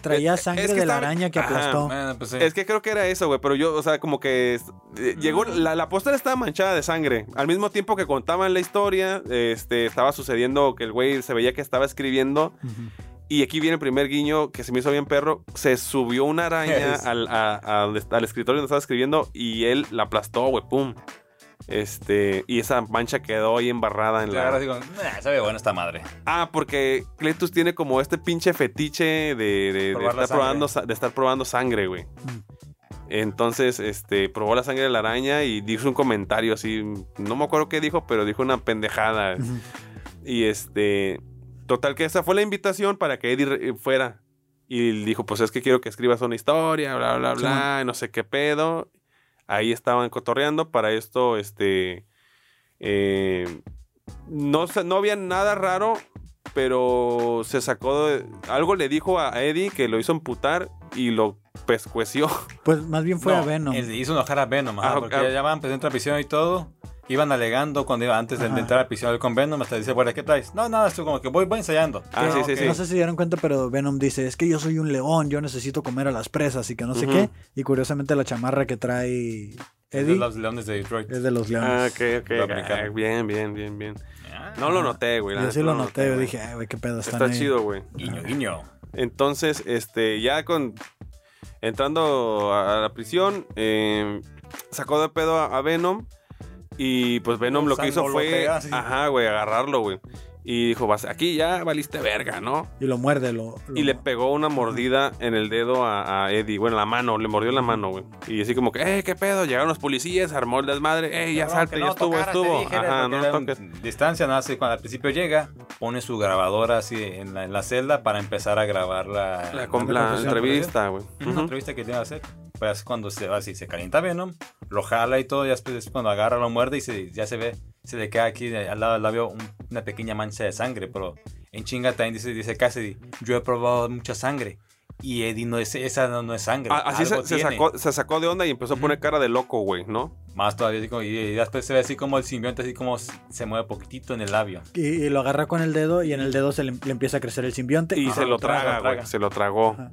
Speaker 4: Traía
Speaker 1: Es-
Speaker 4: sangre
Speaker 1: es que
Speaker 4: de la
Speaker 1: estaba-
Speaker 4: araña que
Speaker 1: Ajá.
Speaker 4: aplastó.
Speaker 3: Bueno, pues sí.
Speaker 1: Es que creo que era eso, güey, pero yo, o sea, como que eh, llegó,
Speaker 3: Mm.
Speaker 1: la, la postal estaba manchada de sangre. Al mismo tiempo que contaban la historia, este, estaba sucediendo que el güey se veía que estaba escribiendo
Speaker 4: Ujú.
Speaker 1: Y aquí viene el primer guiño que se me hizo bien perro. Se subió una araña
Speaker 3: Es.
Speaker 1: al, a- a donde está- al escritorio donde estaba escribiendo y él la aplastó, güey, pum. Este, y esa mancha quedó ahí embarrada en
Speaker 3: Ahora
Speaker 1: la...
Speaker 3: digo, "Nah, sabe bueno esta madre.
Speaker 1: Ah, porque Cletus tiene como este pinche fetiche de, de- de
Speaker 3: Probar la
Speaker 1: estar,
Speaker 3: sangre. Mm.
Speaker 1: probando, sa- de estar probando sangre, güey. Entonces, este, probó la sangre de la araña y dijo un comentario así, no me acuerdo qué dijo, pero dijo una pendejada.
Speaker 4: Ujú.
Speaker 1: Y este. Total, que esa fue la invitación para que Eddie re- eh, fuera. Y dijo: Pues es que quiero que escribas una historia, bla, bla, bla, no sé qué pedo. Ahí estaban cotorreando. Para esto, este. eh, no, sa- no había nada raro, pero se sacó. de- algo le dijo a Eddie que lo hizo amputar y lo pescueció.
Speaker 4: Pues más bien fue
Speaker 3: No,
Speaker 4: a Venom.
Speaker 3: él hizo enojar a Venom, ajá,
Speaker 1: Ah,
Speaker 3: porque
Speaker 1: ah.
Speaker 3: ya van, pues entra a prisión y todo. Iban alegando cuando iba antes de,
Speaker 4: Ajá.
Speaker 3: entrar a prisión él con Venom, hasta dice, bueno, ¿qué traes? No, nada, esto como que voy, voy ensayando.
Speaker 1: Ah, sí, sí,
Speaker 3: ok.
Speaker 1: sí.
Speaker 4: No sé si dieron cuenta, pero Venom dice, es que yo soy un león, yo necesito comer a las presas y que no sé
Speaker 1: Ujú.
Speaker 4: qué. Y curiosamente la chamarra que trae
Speaker 3: Es de
Speaker 4: Eddie
Speaker 3: los leones de Detroit.
Speaker 4: es de los
Speaker 1: Ah,
Speaker 4: leones.
Speaker 1: ok, ok.
Speaker 3: Dominicano.
Speaker 1: Ah, bien, bien, bien, bien.
Speaker 3: Ah,
Speaker 1: No lo noté, güey. la
Speaker 4: Yo
Speaker 1: neta,
Speaker 4: sí
Speaker 1: no
Speaker 4: lo noté, yo
Speaker 1: Ah, güey.
Speaker 4: dije, ay, güey, qué pedo están
Speaker 1: Está
Speaker 4: ahí".
Speaker 1: chido, güey.
Speaker 3: Guiño, guiño.
Speaker 1: Entonces, este, ya con. Entrando a, a la prisión, eh, sacó de pedo a, a Venom. Y pues Venom lo que hizo
Speaker 3: Sangró, lo
Speaker 1: fue.
Speaker 3: pega, sí.
Speaker 1: Ajá, güey, agarrarlo, güey. Y dijo, vas, aquí ya valiste verga, ¿no?
Speaker 4: Y lo muerde, lo. lo-
Speaker 1: Y le pegó una mordida en el dedo a, a Eddie. Bueno, la mano, le mordió la mano, güey. Y así como que, eh, qué pedo, llegaron los policías, armó el desmadre, eh, ya
Speaker 3: Cabrón,
Speaker 1: salte,
Speaker 3: que
Speaker 1: ya
Speaker 3: no
Speaker 1: estuvo,
Speaker 3: tocaras, te
Speaker 1: estuvo.
Speaker 3: dije,
Speaker 1: Ajá,
Speaker 3: porque
Speaker 1: no
Speaker 3: era un-
Speaker 1: toques.
Speaker 3: Distancia, nada, así cuando al principio llega, pone su grabadora así en la, en la celda para empezar a grabar la,
Speaker 1: La, com- la
Speaker 4: conversación,
Speaker 1: entrevista, güey.
Speaker 3: Ujú,
Speaker 1: Ujú.
Speaker 3: Una entrevista que tiene que hacer. Pues cuando se va así, se calienta Venom, lo jala y todo, y después después cuando agarra lo muerde y se, ya se ve, se le queda aquí de- al lado del labio un- una pequeña mancha de sangre, pero en chinga también dice, dice Cassidy, yo he probado mucha sangre y Eddie no es, esa no, no es sangre.
Speaker 1: Ah, Así se,
Speaker 3: algo
Speaker 1: se
Speaker 3: tiene".
Speaker 1: sacó, se sacó de onda y empezó a poner cara de loco, güey, ¿no?
Speaker 3: Más todavía, así como- y, y después se ve así como el simbionte, así como s- se mueve poquitito en el labio.
Speaker 4: Y, y lo agarra con el dedo y en el dedo se le, le empieza a crecer el simbionte.
Speaker 1: Y
Speaker 3: Ajá,
Speaker 1: se lo
Speaker 3: lo traga,
Speaker 1: traga,
Speaker 3: lo
Speaker 1: güey.
Speaker 3: traga.
Speaker 1: Se lo tragó.
Speaker 4: Ajá.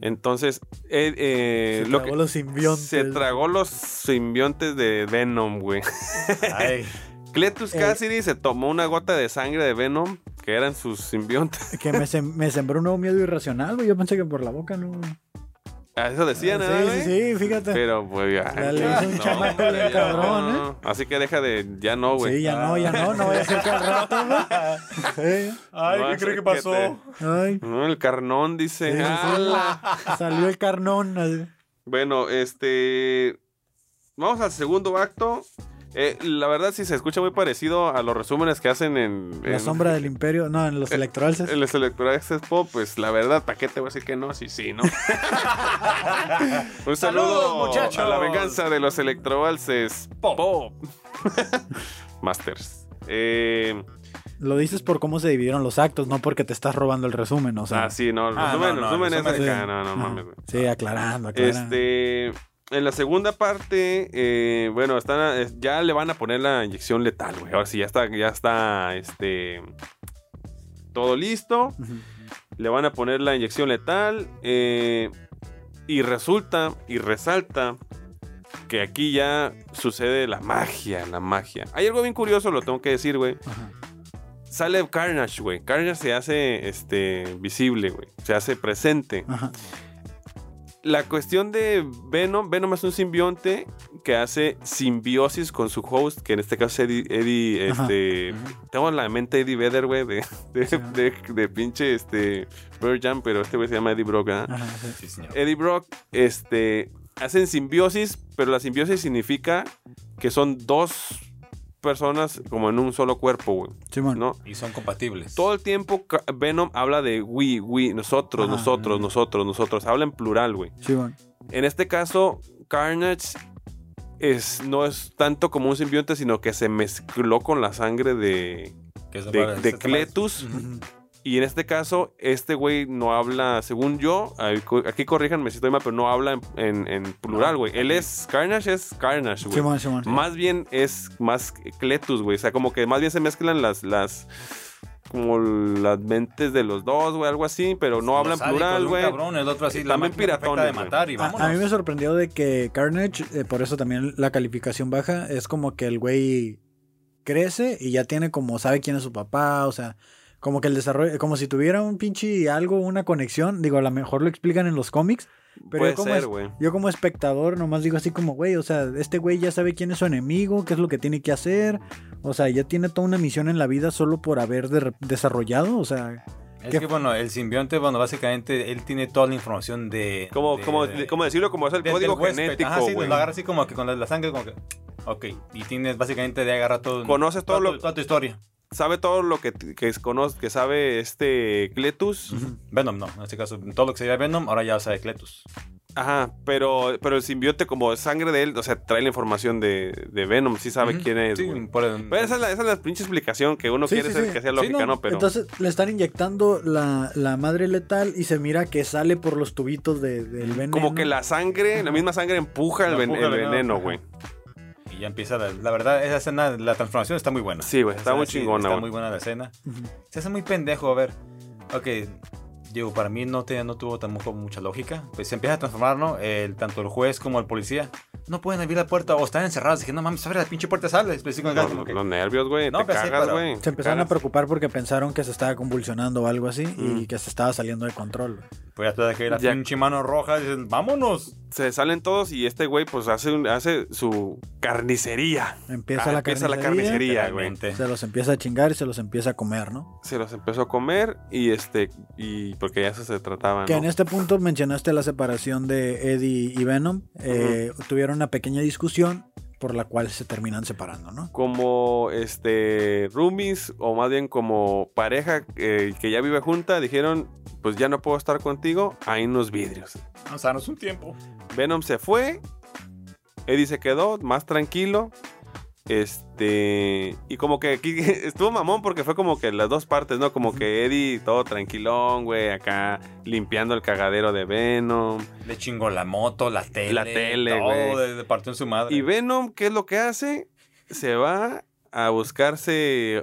Speaker 1: Entonces, eh, eh,
Speaker 4: se
Speaker 1: lo
Speaker 4: tragó
Speaker 1: que-
Speaker 4: los simbiontes.
Speaker 1: se tragó los simbiontes de Venom, güey.
Speaker 3: Ay,
Speaker 1: Cletus
Speaker 4: Eh.
Speaker 1: Cassidy se tomó una gota de sangre de Venom, que eran sus simbiontes.
Speaker 4: Que me, sem- me sembró un nuevo miedo irracional, güey. Yo pensé que por la boca no.
Speaker 1: Ah, Eso decían, ¿eh,
Speaker 4: sí,
Speaker 1: güey?
Speaker 4: sí, sí, fíjate.
Speaker 1: Pero, pues, ya.
Speaker 4: Ya le hizo un chamaco
Speaker 1: hombre,
Speaker 4: bien
Speaker 1: ya,
Speaker 4: cabrón,
Speaker 1: no,
Speaker 4: ¿eh?
Speaker 1: no. Así que deja de. Ya no, güey.
Speaker 4: sí, ya no, ya no, no vaya a ser que al rato, güey. Sí.
Speaker 1: No
Speaker 3: ¿qué
Speaker 1: hace
Speaker 3: creo que
Speaker 1: que te-
Speaker 3: pasó?
Speaker 4: Ay.
Speaker 1: No, el carnón dice.
Speaker 4: Sí, sí, sí.
Speaker 1: "Ala".
Speaker 4: Salió el carnón. así.
Speaker 1: Bueno, este. Vamos al segundo acto. Eh, la verdad, sí se escucha muy parecido a los resúmenes que hacen en.
Speaker 4: La
Speaker 1: en-
Speaker 4: sombra del imperio. No, en los electorales.
Speaker 1: En los electorales Expo, pues la verdad, ¿para qué te voy a decir que no? Sí, sí, ¿no? Un saludo
Speaker 3: Saludos, muchachos.
Speaker 1: a la venganza de los electrovalses Pop. Masters. Eh,
Speaker 4: Lo dices por cómo se dividieron los actos, no porque te estás robando el resumen, o sea.
Speaker 1: ah, sí, no,
Speaker 3: Ah,
Speaker 1: resumen,
Speaker 3: no, no,
Speaker 1: resumen es
Speaker 3: resumen
Speaker 1: de
Speaker 4: sí.
Speaker 1: acá, no, no
Speaker 4: Ajá.
Speaker 1: mames.
Speaker 3: Ah,
Speaker 1: güey. Ah.
Speaker 4: Sí, aclarando, aclarando.
Speaker 1: Este, en la segunda parte, eh, bueno, están, a- es- ya le van a poner la inyección letal, güey. Ahora sí, ya está, ya está, este, todo listo.
Speaker 4: Ujú.
Speaker 1: Le van a poner la inyección letal. eh, y resulta y resalta que aquí ya sucede la magia, la magia. Hay algo bien curioso, lo tengo que decir, güey.
Speaker 4: Ajá.
Speaker 1: Sale Carnage, güey. Carnage se hace este, visible, güey. Se hace presente.
Speaker 4: Ajá.
Speaker 1: La cuestión de Venom, Venom es un simbionte que hace simbiosis con su host, que en este caso es Eddie, Eddie,
Speaker 4: Ajá.
Speaker 1: este... Tengo en la mente Eddie Vedder, güey, de, de,
Speaker 4: Sí.
Speaker 1: de- de pinche, este, Pearl Jam, pero este güey se llama Eddie Brock, ¿ah?
Speaker 4: Ajá, sí.
Speaker 3: Sí, señor.
Speaker 1: Eddie Brock, este, hacen simbiosis, pero la simbiosis significa que son dos personas como en un solo cuerpo, güey,
Speaker 4: Simón.
Speaker 1: ¿no?
Speaker 3: Y son compatibles.
Speaker 1: Todo el tiempo Ca- Venom habla de we, we, nosotros,
Speaker 4: Ajá.
Speaker 1: nosotros, nosotros, nosotros, habla en plural, güey.
Speaker 4: Simón.
Speaker 1: En este caso, Carnage es, no es tanto como un simbionte, sino que se mezcló con la sangre de,
Speaker 3: Que eso
Speaker 1: de,
Speaker 3: para-
Speaker 1: de
Speaker 3: eso para-
Speaker 1: Cletus.
Speaker 4: Ujú.
Speaker 1: Y en este caso, este güey no habla, según yo, ahí co- aquí corríjanme si estoy mal, pero no habla en, en- en plural,
Speaker 3: No.
Speaker 1: güey. Él es, Carnage es Carnage, güey.
Speaker 4: Simón, Simón.
Speaker 1: Más bien es más Cletus, güey. O sea, como que más bien se mezclan las, las, como las mentes de los dos, güey, algo así, pero Pues no
Speaker 3: Los
Speaker 1: hablan
Speaker 3: sádicos,
Speaker 1: plural,
Speaker 3: un
Speaker 1: güey. Eh,
Speaker 3: cabrón, el otro así, la
Speaker 1: También
Speaker 3: máquina perfecta
Speaker 1: piratones,
Speaker 3: de matar y
Speaker 4: Ah, A,
Speaker 3: vámonos.
Speaker 4: a mí me sorprendió de que Carnage, eh, por eso también la calificación baja, es como que el güey crece y ya tiene como, sabe quién es su papá, o sea, como que el desarrollo, como si tuviera un pinche algo, una conexión, digo, a lo mejor lo explican en los cómics, pero
Speaker 1: Puede
Speaker 4: yo, como
Speaker 1: ser,
Speaker 4: es-
Speaker 1: güey.
Speaker 4: yo como espectador nomás digo así como, güey, o sea, este güey ya sabe quién es su enemigo, qué es lo que tiene que hacer, o sea, ya tiene toda una misión en la vida solo por haber de- desarrollado, o sea,
Speaker 3: Es
Speaker 4: ¿Qué?
Speaker 3: que bueno, el simbionte, bueno, básicamente él tiene toda la información de.
Speaker 1: Como,
Speaker 3: de-
Speaker 1: como,
Speaker 3: de-
Speaker 1: como decirlo, como es el
Speaker 3: del-
Speaker 1: código
Speaker 3: del huésped.
Speaker 1: genético,
Speaker 3: Ajá, sí,
Speaker 1: güey.
Speaker 3: lo agarra así como que con la, la sangre, como que. Ok, y tienes básicamente de agarrar todo.
Speaker 1: Conoces todo
Speaker 3: toda
Speaker 1: lo-
Speaker 3: tu- Toda tu historia.
Speaker 1: sabe todo lo que, que, es- conoce, que sabe este Cletus.
Speaker 3: Venom, no, en este caso, todo lo que sería Venom, ahora ya sabe Cletus.
Speaker 1: Ajá, pero, pero el simbionte, como es sangre de él, o sea, trae la información de, de Venom, sí sabe
Speaker 3: Ujú.
Speaker 1: quién es.
Speaker 3: Sí,
Speaker 1: güey.
Speaker 3: por el-
Speaker 1: Pero esa es, la, esa es la pinche explicación que uno
Speaker 4: Sí,
Speaker 1: quiere
Speaker 4: sí,
Speaker 1: ser
Speaker 4: sí.
Speaker 1: que sea
Speaker 3: Sí,
Speaker 1: lógica,
Speaker 3: no,
Speaker 1: ¿no? Pero
Speaker 4: Entonces le están inyectando la, la madre letal y se mira que sale por los tubitos de- del veneno.
Speaker 1: como que la sangre, la misma sangre empuja el,
Speaker 3: La
Speaker 1: ven-
Speaker 3: empuja
Speaker 1: el
Speaker 3: el veneno,
Speaker 1: veneno,
Speaker 3: ajá.
Speaker 1: güey.
Speaker 3: Y ya empieza, la, la verdad, esa escena, la transformación está muy buena.
Speaker 1: Sí, güey, está
Speaker 3: Esa
Speaker 1: muy
Speaker 3: sí,
Speaker 1: chingona,
Speaker 3: Está
Speaker 1: güey.
Speaker 3: muy buena la escena.
Speaker 4: Ujú.
Speaker 3: Se hace muy pendejo, a ver. Ok. digo, para mí no, te, no tuvo tampoco mucha lógica. Pues se empieza a transformar, ¿no? El, tanto el juez como el policía no pueden abrir la puerta o están encerrados. Dije, no mames, abre la pinche puerta, sales. Pues, sí, con el gato,
Speaker 1: Los,
Speaker 3: como que-
Speaker 1: los nervios, güey.
Speaker 3: No,
Speaker 1: te
Speaker 3: pues sí,
Speaker 1: cagas,
Speaker 3: pero-
Speaker 1: güey.
Speaker 4: Se empezaron a
Speaker 1: Cagas.
Speaker 4: preocupar porque pensaron que se estaba convulsionando o algo así
Speaker 1: Mm.
Speaker 4: y que se estaba saliendo de control.
Speaker 3: Pues ya te dejé la
Speaker 1: Ya.
Speaker 3: pinche mano roja. Dicen, vámonos.
Speaker 1: Se salen todos y este güey, pues, hace, un- hace su carnicería.
Speaker 4: Empieza,
Speaker 1: Ah,
Speaker 4: la,
Speaker 1: empieza la
Speaker 4: carnicería,
Speaker 1: carnicería. Sí, ya, güey.
Speaker 3: Realmente.
Speaker 4: Se los empieza a chingar y se los empieza a comer, ¿no?
Speaker 1: Se los empezó a comer y este. y Porque ya se, se trataban.
Speaker 4: Que
Speaker 1: Ah, ¿no?
Speaker 4: en este punto mencionaste la separación de Eddie y Venom. Eh, Tuvieron una pequeña discusión por la cual se terminan separando, ¿no?
Speaker 1: como este roomies o más bien como pareja eh, que ya vive junta dijeron pues ya no puedo estar contigo ahí en los vidrios
Speaker 3: Vamos a darnos un tiempo.
Speaker 1: Venom se fue Eddie se quedó más tranquilo este y como que aquí estuvo mamón porque fue como que las dos partes no como que Eddie todo tranquilón güey acá limpiando el cagadero de Venom
Speaker 3: Le chingó la moto, la tele.
Speaker 1: La tele, güey.
Speaker 3: Todo, de, de partió en su madre.
Speaker 1: Y Venom, ¿qué es lo que hace? Se va a buscarse.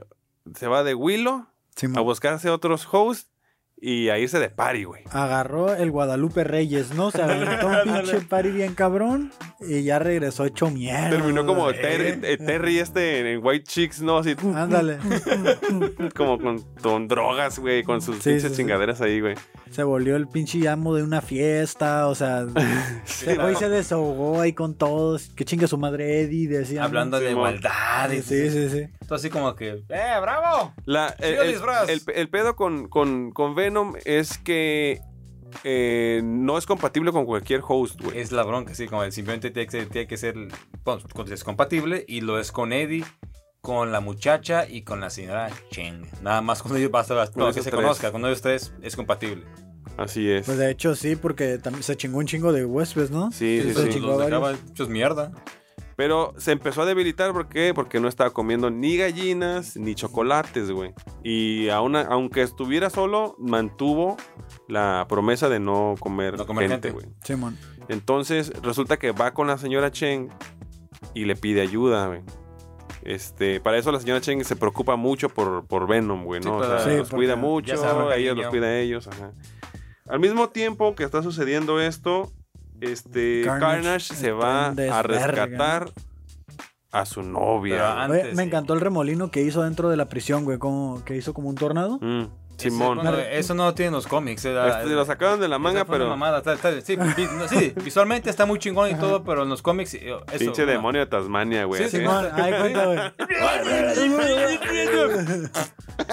Speaker 1: Se va de Willow
Speaker 4: Simón.
Speaker 1: a buscarse otros hosts y a irse de party, güey.
Speaker 4: Agarró el Guadalupe Reyes, ¿no? Se aventó un pinche party bien cabrón y ya regresó hecho mierda.
Speaker 1: Terminó como
Speaker 4: güey.
Speaker 1: Terry, eh, Terry este en, en White Chicks, ¿no? Así
Speaker 4: Ándale.
Speaker 1: como con, con drogas, güey, con sus
Speaker 4: Sí,
Speaker 1: pinches
Speaker 4: sí, sí.
Speaker 1: chingaderas ahí, güey.
Speaker 4: Se volvió el pinche amo de una fiesta, o sea,
Speaker 3: Sí,
Speaker 4: ese güey
Speaker 3: no.
Speaker 4: se desahogó ahí con todos. Que chingue su madre Eddie, decía. ¿no?
Speaker 3: Hablando de
Speaker 1: Simón.
Speaker 3: igualdad.
Speaker 4: Sí,
Speaker 3: y-
Speaker 4: sí, sí. sí.
Speaker 3: Todo así como que, ¡eh, bravo!
Speaker 1: La- el,
Speaker 3: Yo
Speaker 1: el-
Speaker 3: disfraz.
Speaker 1: el- el pedo con, con- con Venom es que eh, no es compatible con cualquier host,
Speaker 4: Eh,
Speaker 1: güey.
Speaker 3: Es la bronca, sí, como el simplemente tiene que, tiene que ser bueno, con- es compatible y lo es con Eddie, con la muchacha y con la señora Cheng. Nada más con ellos basta basta-
Speaker 1: Con
Speaker 3: no,
Speaker 1: esos
Speaker 3: que se
Speaker 1: tres.
Speaker 3: conozca, con ellos tres es compatible.
Speaker 1: Así es.
Speaker 4: Pues de hecho sí, porque tam- se chingó un chingo de huéspedes, ¿no?
Speaker 1: Sí, sí,
Speaker 4: Se
Speaker 1: sí.
Speaker 4: chingó
Speaker 3: Los
Speaker 4: a
Speaker 3: dejaba
Speaker 4: varios.
Speaker 3: hechos pues, mierda.
Speaker 1: Pero se empezó a debilitar, ¿por qué? Porque no estaba comiendo ni gallinas ni chocolates, güey. Y aún, aunque estuviera solo, mantuvo la promesa de no comer,
Speaker 3: No comer
Speaker 1: gente,
Speaker 3: gente.
Speaker 1: güey.
Speaker 4: Simón.
Speaker 1: Entonces, resulta que va con la señora Chen y le pide ayuda, güey. Este, para eso la señora Chen se preocupa mucho por, por Venom, güey,
Speaker 3: Sí,
Speaker 1: ¿no? O
Speaker 3: para-
Speaker 1: sea,
Speaker 4: Sí,
Speaker 1: los
Speaker 4: porque
Speaker 1: cuida
Speaker 4: ya
Speaker 1: mucho,
Speaker 3: se agarran
Speaker 1: a ellos los
Speaker 3: cariño.
Speaker 1: cuida a ellos, ajá. Al mismo tiempo que está sucediendo esto, este Carnage,
Speaker 4: Carnage
Speaker 1: se
Speaker 4: está
Speaker 1: va
Speaker 4: en
Speaker 1: a
Speaker 4: desverga,
Speaker 1: rescatar a su novia.
Speaker 3: Pero
Speaker 1: güey.
Speaker 3: an-
Speaker 4: Oye,
Speaker 3: Antes,
Speaker 4: me
Speaker 3: sí.
Speaker 4: encantó el remolino que hizo dentro de la prisión, güey, como que hizo como un tornado.
Speaker 1: Mm,
Speaker 3: Ese-
Speaker 1: Simón.
Speaker 3: bueno, eso no lo tienen los cómics. eh, la-
Speaker 1: Este, lo sacaron de la manga,
Speaker 3: esa fue
Speaker 1: pero
Speaker 3: una mamada, está- está- sí, vi- no, sí, visualmente está muy chingón y todo, pero en los cómics. eh, Eso,
Speaker 1: pinche
Speaker 3: una-
Speaker 1: demonio de Tasmania, güey.
Speaker 3: Sí,
Speaker 1: así.
Speaker 4: Simón, ahí cuenta, güey.
Speaker 1: No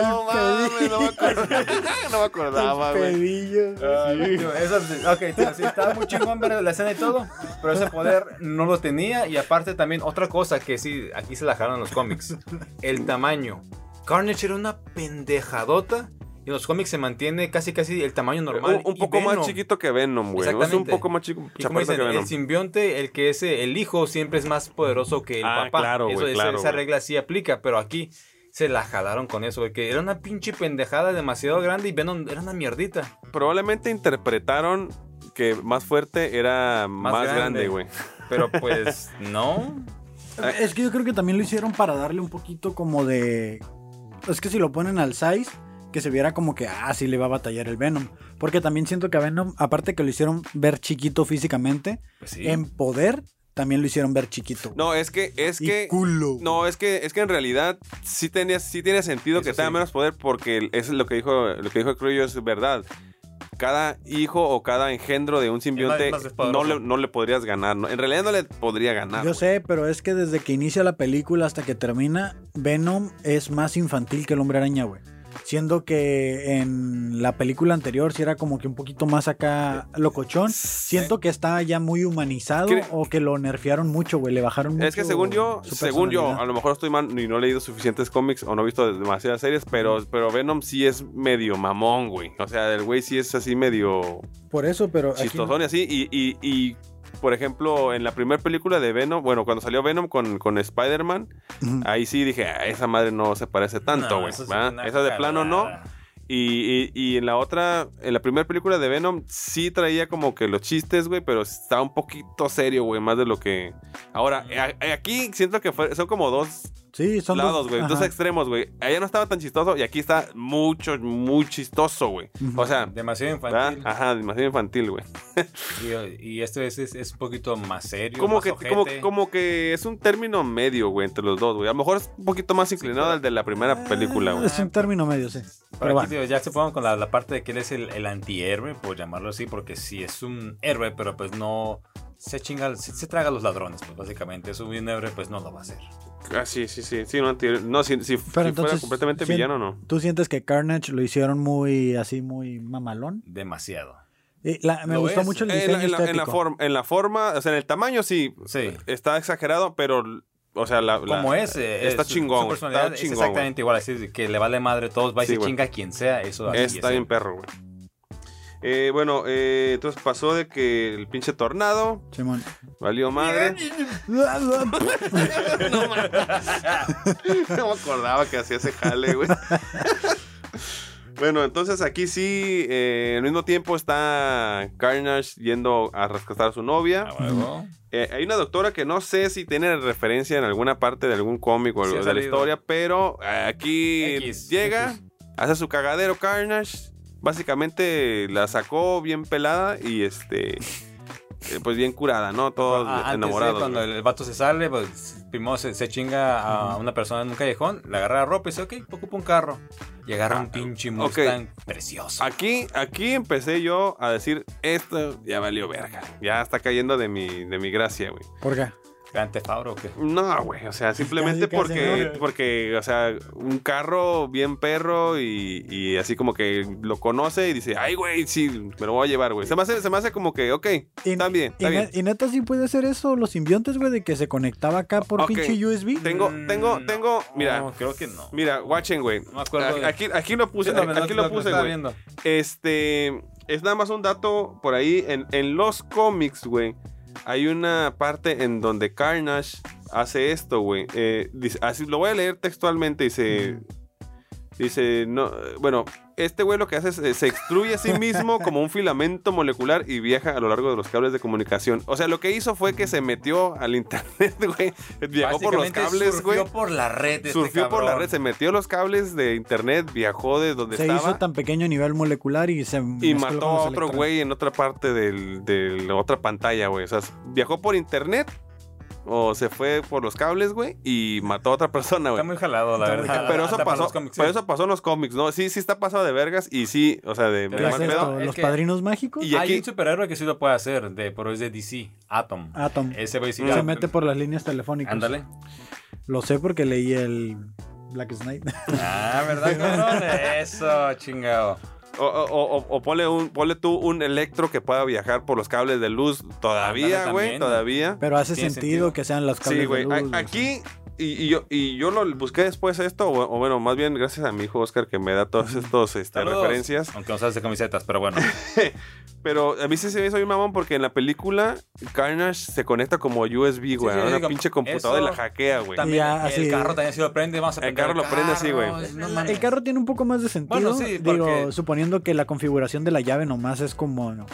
Speaker 4: El
Speaker 1: mames, no me acordaba. No me acordaba, güey.
Speaker 4: Pedillo.
Speaker 3: Ay, tío, eso sí, ok, tío, sí, estaba muy chingón ver la escena y todo, pero ese poder no lo tenía. Y aparte también otra cosa que sí, aquí se la jalaron los cómics. El tamaño. Carnage era una pendejadota y en los cómics se mantiene casi casi el tamaño normal.
Speaker 1: Un, un
Speaker 3: Y
Speaker 1: poco más
Speaker 3: Venom,
Speaker 1: chiquito que Venom, güey. ¿no? Es un
Speaker 3: Exactamente.
Speaker 1: poco más chico,
Speaker 3: Y como
Speaker 1: chaparrito
Speaker 3: dicen,
Speaker 1: que Venom.
Speaker 3: el simbionte, el que es eh, el hijo, siempre es más poderoso que el
Speaker 1: Ah,
Speaker 3: papá.
Speaker 1: claro,
Speaker 3: Eso-
Speaker 1: güey,
Speaker 3: esa-
Speaker 1: claro,
Speaker 3: esa
Speaker 1: güey.
Speaker 3: regla sí aplica, pero aquí se la jalaron con eso, güey, que era una pinche pendejada demasiado grande y Venom era una mierdita.
Speaker 1: Probablemente interpretaron que más fuerte era más,
Speaker 3: Más
Speaker 1: grande,
Speaker 3: grande.
Speaker 1: güey.
Speaker 3: Pero pues, no.
Speaker 4: Ah, Es que yo creo que también lo hicieron para darle un poquito como de. Es que si lo ponen al size, que se viera como que, ah, sí le va a batallar el Venom. Porque también siento que a Venom, aparte que lo hicieron ver chiquito físicamente,
Speaker 3: Pues sí.
Speaker 4: en poder también lo hicieron ver chiquito.
Speaker 1: No, es que, es
Speaker 4: Y
Speaker 1: que.
Speaker 4: culo.
Speaker 1: No, es que, es que en realidad sí tenía, sí tiene sentido
Speaker 3: Eso
Speaker 1: que tenga
Speaker 3: sí.
Speaker 1: menos poder porque es lo que dijo, lo que dijo Crullo es verdad. Cada hijo o cada engendro de un simbionte
Speaker 3: más es
Speaker 1: no
Speaker 3: poderoso.
Speaker 1: le, no le podrías ganar. ¿no? En realidad no le podría ganar.
Speaker 4: Yo
Speaker 1: güey.
Speaker 4: sé, pero es que desde que inicia la película hasta que termina, Venom es más infantil que el hombre araña, güey. Siendo que en la película anterior sí era como que un poquito más acá locochón. Siento que está ya muy humanizado
Speaker 1: Cre-
Speaker 4: o que lo nerfearon mucho, güey. Le bajaron mucho.
Speaker 1: Es que según yo,
Speaker 4: su
Speaker 1: según yo, a
Speaker 4: personalidad.
Speaker 1: lo mejor estoy mal y no he leído suficientes cómics o no he visto demasiadas series, pero, pero Venom sí es medio mamón, güey. O sea, el güey sí es así medio
Speaker 4: Por eso, pero. aquí no.
Speaker 1: chistosón y así. Y, y- y, por ejemplo, en la primera película de Venom, bueno, cuando salió Venom con, con Spider-Man,
Speaker 4: Ujú.
Speaker 1: ahí sí dije, "Ah, esa madre no se parece tanto,
Speaker 3: No,
Speaker 1: güey.
Speaker 3: eso sí
Speaker 1: ¿verdad?
Speaker 3: fue una
Speaker 1: esa de plano no.
Speaker 3: jalada.
Speaker 1: Y, y- y en la otra, en la primera película de Venom, sí traía como que los chistes, güey, pero estaba eh, un poquito serio, güey, más de lo que. Ahora, a- a- aquí siento que fue- son como dos
Speaker 4: Sí, son dos-
Speaker 1: lados, güey. Dos
Speaker 4: ajá.
Speaker 1: extremos, güey. Allá no estaba tan chistoso y aquí está mucho, muy chistoso, güey.
Speaker 4: Ujú.
Speaker 1: O sea, Ah.
Speaker 3: Demasiado
Speaker 1: ¿verdad?
Speaker 3: infantil.
Speaker 1: ajá, demasiado infantil, güey.
Speaker 3: Y, y esto es, es, es un poquito más serio.
Speaker 1: Como
Speaker 3: más
Speaker 1: que,
Speaker 3: ojete.
Speaker 1: como, como que es un término medio, güey, entre los dos, güey. A lo mejor es un poquito más inclinado al de la primera película, güey.
Speaker 4: Ah, Es un término medio, sí.
Speaker 3: Pero
Speaker 4: Pero
Speaker 3: aquí,
Speaker 4: va.
Speaker 3: digo, ya se fueron con la, la parte de que él es el, el antihéroe, por llamarlo así, porque sí es un héroe, pero pues no se chinga, se, se traga a los ladrones, pues básicamente. Es un héroe, pues no lo va a hacer.
Speaker 1: Ah, sí, sí, sí. sí, no, tío, no, si, si- si fuera
Speaker 4: entonces,
Speaker 1: completamente
Speaker 4: ¿sí?
Speaker 1: villano, no.
Speaker 4: ¿Tú sientes que Carnage lo hicieron muy así, muy mamalón?
Speaker 3: Demasiado.
Speaker 4: Y la- me
Speaker 3: Lo
Speaker 4: gustó
Speaker 3: es.
Speaker 4: mucho el
Speaker 1: En Eh,
Speaker 4: diseño
Speaker 1: la, en la- en la
Speaker 4: estético.
Speaker 1: forma, en la forma, o sea, en el tamaño sí
Speaker 3: Sí.
Speaker 1: está exagerado, pero, o sea, la. la-
Speaker 3: Como es, eh,
Speaker 1: Está
Speaker 3: es- su-
Speaker 1: chingón,
Speaker 3: Su
Speaker 1: güey,
Speaker 3: personalidad
Speaker 1: está
Speaker 3: es
Speaker 1: chingón,
Speaker 3: exactamente igual, así de que le vale madre a todos, va y
Speaker 1: Sí,
Speaker 3: se
Speaker 1: güey.
Speaker 3: chinga a quien sea, eso así
Speaker 1: Está
Speaker 3: es
Speaker 1: bien
Speaker 3: él.
Speaker 1: perro, güey. Eh, bueno, eh, entonces pasó de que el pinche tornado
Speaker 4: Simón.
Speaker 1: valió madre. eh, no, mames. No me acordaba que hacía ese jale, güey. Bueno, entonces aquí sí, eh, al mismo tiempo está Carnage yendo a rescatar a su novia.
Speaker 3: A Ah, huevo.
Speaker 1: Eh, hay una doctora que no sé si tiene referencia en alguna parte de algún cómic o
Speaker 3: Sí, ha
Speaker 1: de la
Speaker 3: salido.
Speaker 1: historia, pero eh, aquí
Speaker 3: X,
Speaker 1: llega,
Speaker 3: X.
Speaker 1: hace su cagadero Carnage, básicamente la sacó bien pelada y este, eh, pues bien curada, ¿no? Todos
Speaker 3: Ah, antes,
Speaker 1: enamorados.
Speaker 3: eh, cuando
Speaker 1: güey.
Speaker 3: el vato se sale, pues primero se, se chinga a una persona en un callejón, le agarra la ropa y dice, ok, ocupa un carro. Y agarra un pinche Mustang precioso.
Speaker 1: Ah, Aquí, aquí empecé yo a decir, esto ya valió verga, ya está cayendo de mi, de mi gracia, güey.
Speaker 4: ¿Por qué?
Speaker 3: Grande Fabro, que
Speaker 1: No, güey, o sea, simplemente
Speaker 4: casi,
Speaker 1: porque,
Speaker 4: ¿no?
Speaker 1: porque, o sea, un carro bien perro y, y así como que lo conoce y dice, ay, güey, sí, me lo voy a llevar, güey. Se me hace, se me hace como que, ok, está bien,
Speaker 4: Y,
Speaker 1: está bien.
Speaker 4: ne- y neta sí puede ser eso, los simbiontes, güey, de que se conectaba acá por
Speaker 1: Ok.
Speaker 4: pinche USB.
Speaker 1: Tengo,
Speaker 3: Mm,
Speaker 1: tengo,
Speaker 3: no.
Speaker 1: tengo,
Speaker 3: No,
Speaker 1: mira,
Speaker 3: creo que no.
Speaker 1: mira, watchen, güey.
Speaker 3: No me acuerdo
Speaker 1: Aquí-
Speaker 3: de-
Speaker 1: Aquí, aquí lo puse,
Speaker 3: Sí, no, no,
Speaker 1: aquí
Speaker 3: no,
Speaker 1: lo
Speaker 3: no,
Speaker 1: puse,
Speaker 3: estaba
Speaker 1: güey.
Speaker 3: viendo.
Speaker 1: Este, es nada más un dato por ahí. En, en los cómics, güey, hay una parte en donde Carnage hace esto, güey. Eh, dice- así, lo voy a leer textualmente. Dice, dice, no, eh, bueno, este güey lo que hace es eh, se extruye a sí mismo como un filamento molecular y viaja a lo largo de los cables de comunicación. O sea, lo que hizo fue que se metió al internet, güey. Viajó por los
Speaker 3: Básicamente
Speaker 1: cables, güey.
Speaker 3: Surgió por la red. este
Speaker 1: Surgió por la
Speaker 3: cabrón.
Speaker 1: red, se metió a los cables de internet, viajó de donde
Speaker 4: Se
Speaker 1: estaba.
Speaker 4: hizo tan pequeño a nivel molecular y se
Speaker 1: Y
Speaker 4: mezcló
Speaker 1: mató
Speaker 4: con los
Speaker 1: a otro
Speaker 4: electrones.
Speaker 1: güey en otra parte del- de la otra pantalla, güey. O sea, viajó por internet o se fue por los cables, güey, y mató a otra persona,
Speaker 3: Está
Speaker 1: güey.
Speaker 3: muy jalado, la
Speaker 4: Está muy
Speaker 3: verdad.
Speaker 4: jalado.
Speaker 1: Pero eso
Speaker 3: Hasta para
Speaker 1: pasó,
Speaker 3: los cómics,
Speaker 1: pero
Speaker 3: sí.
Speaker 1: eso pasó en los cómics, ¿no? Sí, sí está pasado de vergas y sí, o sea, de...
Speaker 3: Pero
Speaker 1: de
Speaker 4: ¿Qué
Speaker 1: mal
Speaker 4: es
Speaker 3: Además,
Speaker 1: pedo.
Speaker 4: esto?
Speaker 3: es
Speaker 4: ¿Los
Speaker 3: que-
Speaker 4: padrinos mágicos?
Speaker 1: Y
Speaker 3: Hay
Speaker 1: aquí-
Speaker 3: un superhéroe que sí lo puede hacer, de, pero es de DC, Atom.
Speaker 4: Atom.
Speaker 3: Ese güey sí
Speaker 1: Ah. Mm. Se
Speaker 4: Ah, Se
Speaker 1: ya,
Speaker 4: mete por las líneas telefónicas.
Speaker 3: Eh, Ándale.
Speaker 4: Lo sé porque leí el Black Snake.
Speaker 3: Ah, ¿verdad, cabrón? Eso, chingado.
Speaker 1: O, o- o- o- o ponle, un, ponle tú un electro que pueda viajar por los cables de luz todavía,
Speaker 3: Ándale,
Speaker 1: güey,
Speaker 3: también.
Speaker 1: todavía.
Speaker 4: Pero hace
Speaker 3: Tiene
Speaker 4: sentido,
Speaker 3: sentido.
Speaker 4: que sean las cables
Speaker 1: Sí, güey.
Speaker 4: de luz,
Speaker 1: A- Aquí, y, y yo, y yo lo busqué después esto, o, o bueno, más bien gracias a mi hijo Oscar que me da todas estas
Speaker 3: Saludos.
Speaker 1: referencias.
Speaker 3: Aunque no sabes de camisetas, pero bueno.
Speaker 1: Pero a mí sí se me hizo bien mamón porque en la película Carnage se conecta como USB, güey.
Speaker 3: sí,
Speaker 1: a una
Speaker 3: digo,
Speaker 1: pinche computadora
Speaker 3: eso
Speaker 1: y la hackea, güey.
Speaker 3: También
Speaker 4: Ya,
Speaker 3: el
Speaker 4: así-
Speaker 3: carro también sí lo prende, vamos a
Speaker 1: El
Speaker 3: prender
Speaker 1: carro lo prende así, güey.
Speaker 3: No
Speaker 4: güey.
Speaker 3: mames.
Speaker 4: El carro tiene un poco más de sentido.
Speaker 3: Bueno, sí,
Speaker 4: digo,
Speaker 3: porque-
Speaker 4: suponiendo que la configuración de la llave nomás es como. ¿no?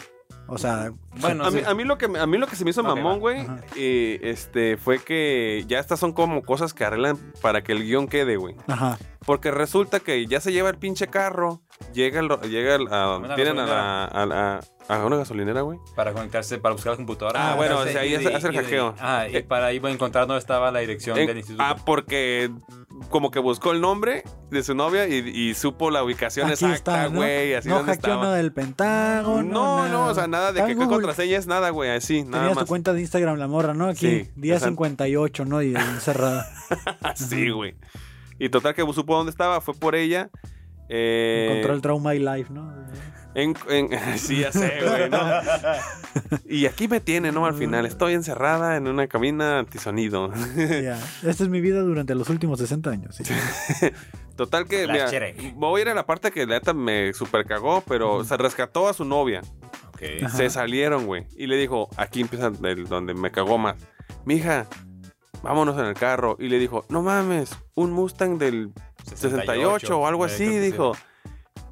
Speaker 4: O sea,
Speaker 3: Bueno,
Speaker 1: a,
Speaker 3: sí.
Speaker 1: mí, a mí lo que, me- a mí lo que se me hizo
Speaker 3: Ok, va.
Speaker 1: mamón, güey,
Speaker 4: Ajá.
Speaker 1: eh, este, fue que ya estas son como cosas que arreglan para que el guión quede, güey.
Speaker 4: ajá.
Speaker 1: Porque resulta que ya se lleva el pinche carro, llega, el- llega el- a,
Speaker 3: Una
Speaker 1: tienen a, la- a la- a una gasolinera, güey.
Speaker 3: Para conectarse, para buscar la computadora.
Speaker 1: Ah, bueno,
Speaker 3: Entonces,
Speaker 1: o sea, ahí
Speaker 3: y
Speaker 1: es-
Speaker 3: de-
Speaker 1: hace el
Speaker 3: y de-
Speaker 1: hackeo.
Speaker 3: Ah, y
Speaker 1: Eh,
Speaker 3: para ahí voy a encontrar dónde estaba la dirección
Speaker 1: En-
Speaker 3: del instituto.
Speaker 1: ah, porque como que buscó el nombre de su novia y, y supo la ubicación
Speaker 4: Aquí
Speaker 1: exacta,
Speaker 4: está, ¿no?
Speaker 1: güey. así
Speaker 4: no
Speaker 1: dónde
Speaker 4: hackeó
Speaker 1: estaba.
Speaker 4: nada del Pentágono.
Speaker 1: No,
Speaker 4: nada.
Speaker 1: no, o sea, nada de
Speaker 4: Estaba
Speaker 1: que
Speaker 4: en
Speaker 1: qué
Speaker 4: Google.
Speaker 1: contraseña es nada, güey, así, nada
Speaker 4: Tenía su
Speaker 1: más.
Speaker 4: cuenta de Instagram la morra, ¿no? Aquí,
Speaker 1: Sí,
Speaker 4: día
Speaker 1: exacto.
Speaker 4: 58, ¿no? Y encerrada.
Speaker 1: Así, güey. Y total que supo dónde estaba, fue por ella. Eh,
Speaker 4: Encontró el Trauma y Life, ¿no?
Speaker 1: en, en- sí, ya sé, güey, ¿no? Y aquí me tiene, ¿no? Al final, estoy encerrada en una cabina antisonido.
Speaker 4: Ya. Esta es mi vida durante los últimos 60 años. sí.
Speaker 1: Total que,
Speaker 3: La
Speaker 1: mira,
Speaker 3: Shrek.
Speaker 1: voy a ir a la parte que la neta me super cagó, pero se rescató a su novia.
Speaker 3: Ok.
Speaker 1: Se salieron, güey. Y le dijo, aquí empieza el, donde me cagó más. Mija, vámonos en el carro. Y le dijo, no mames, un Mustang del 68 o algo
Speaker 3: Eh,
Speaker 1: así,
Speaker 3: creo que sí.
Speaker 1: dijo.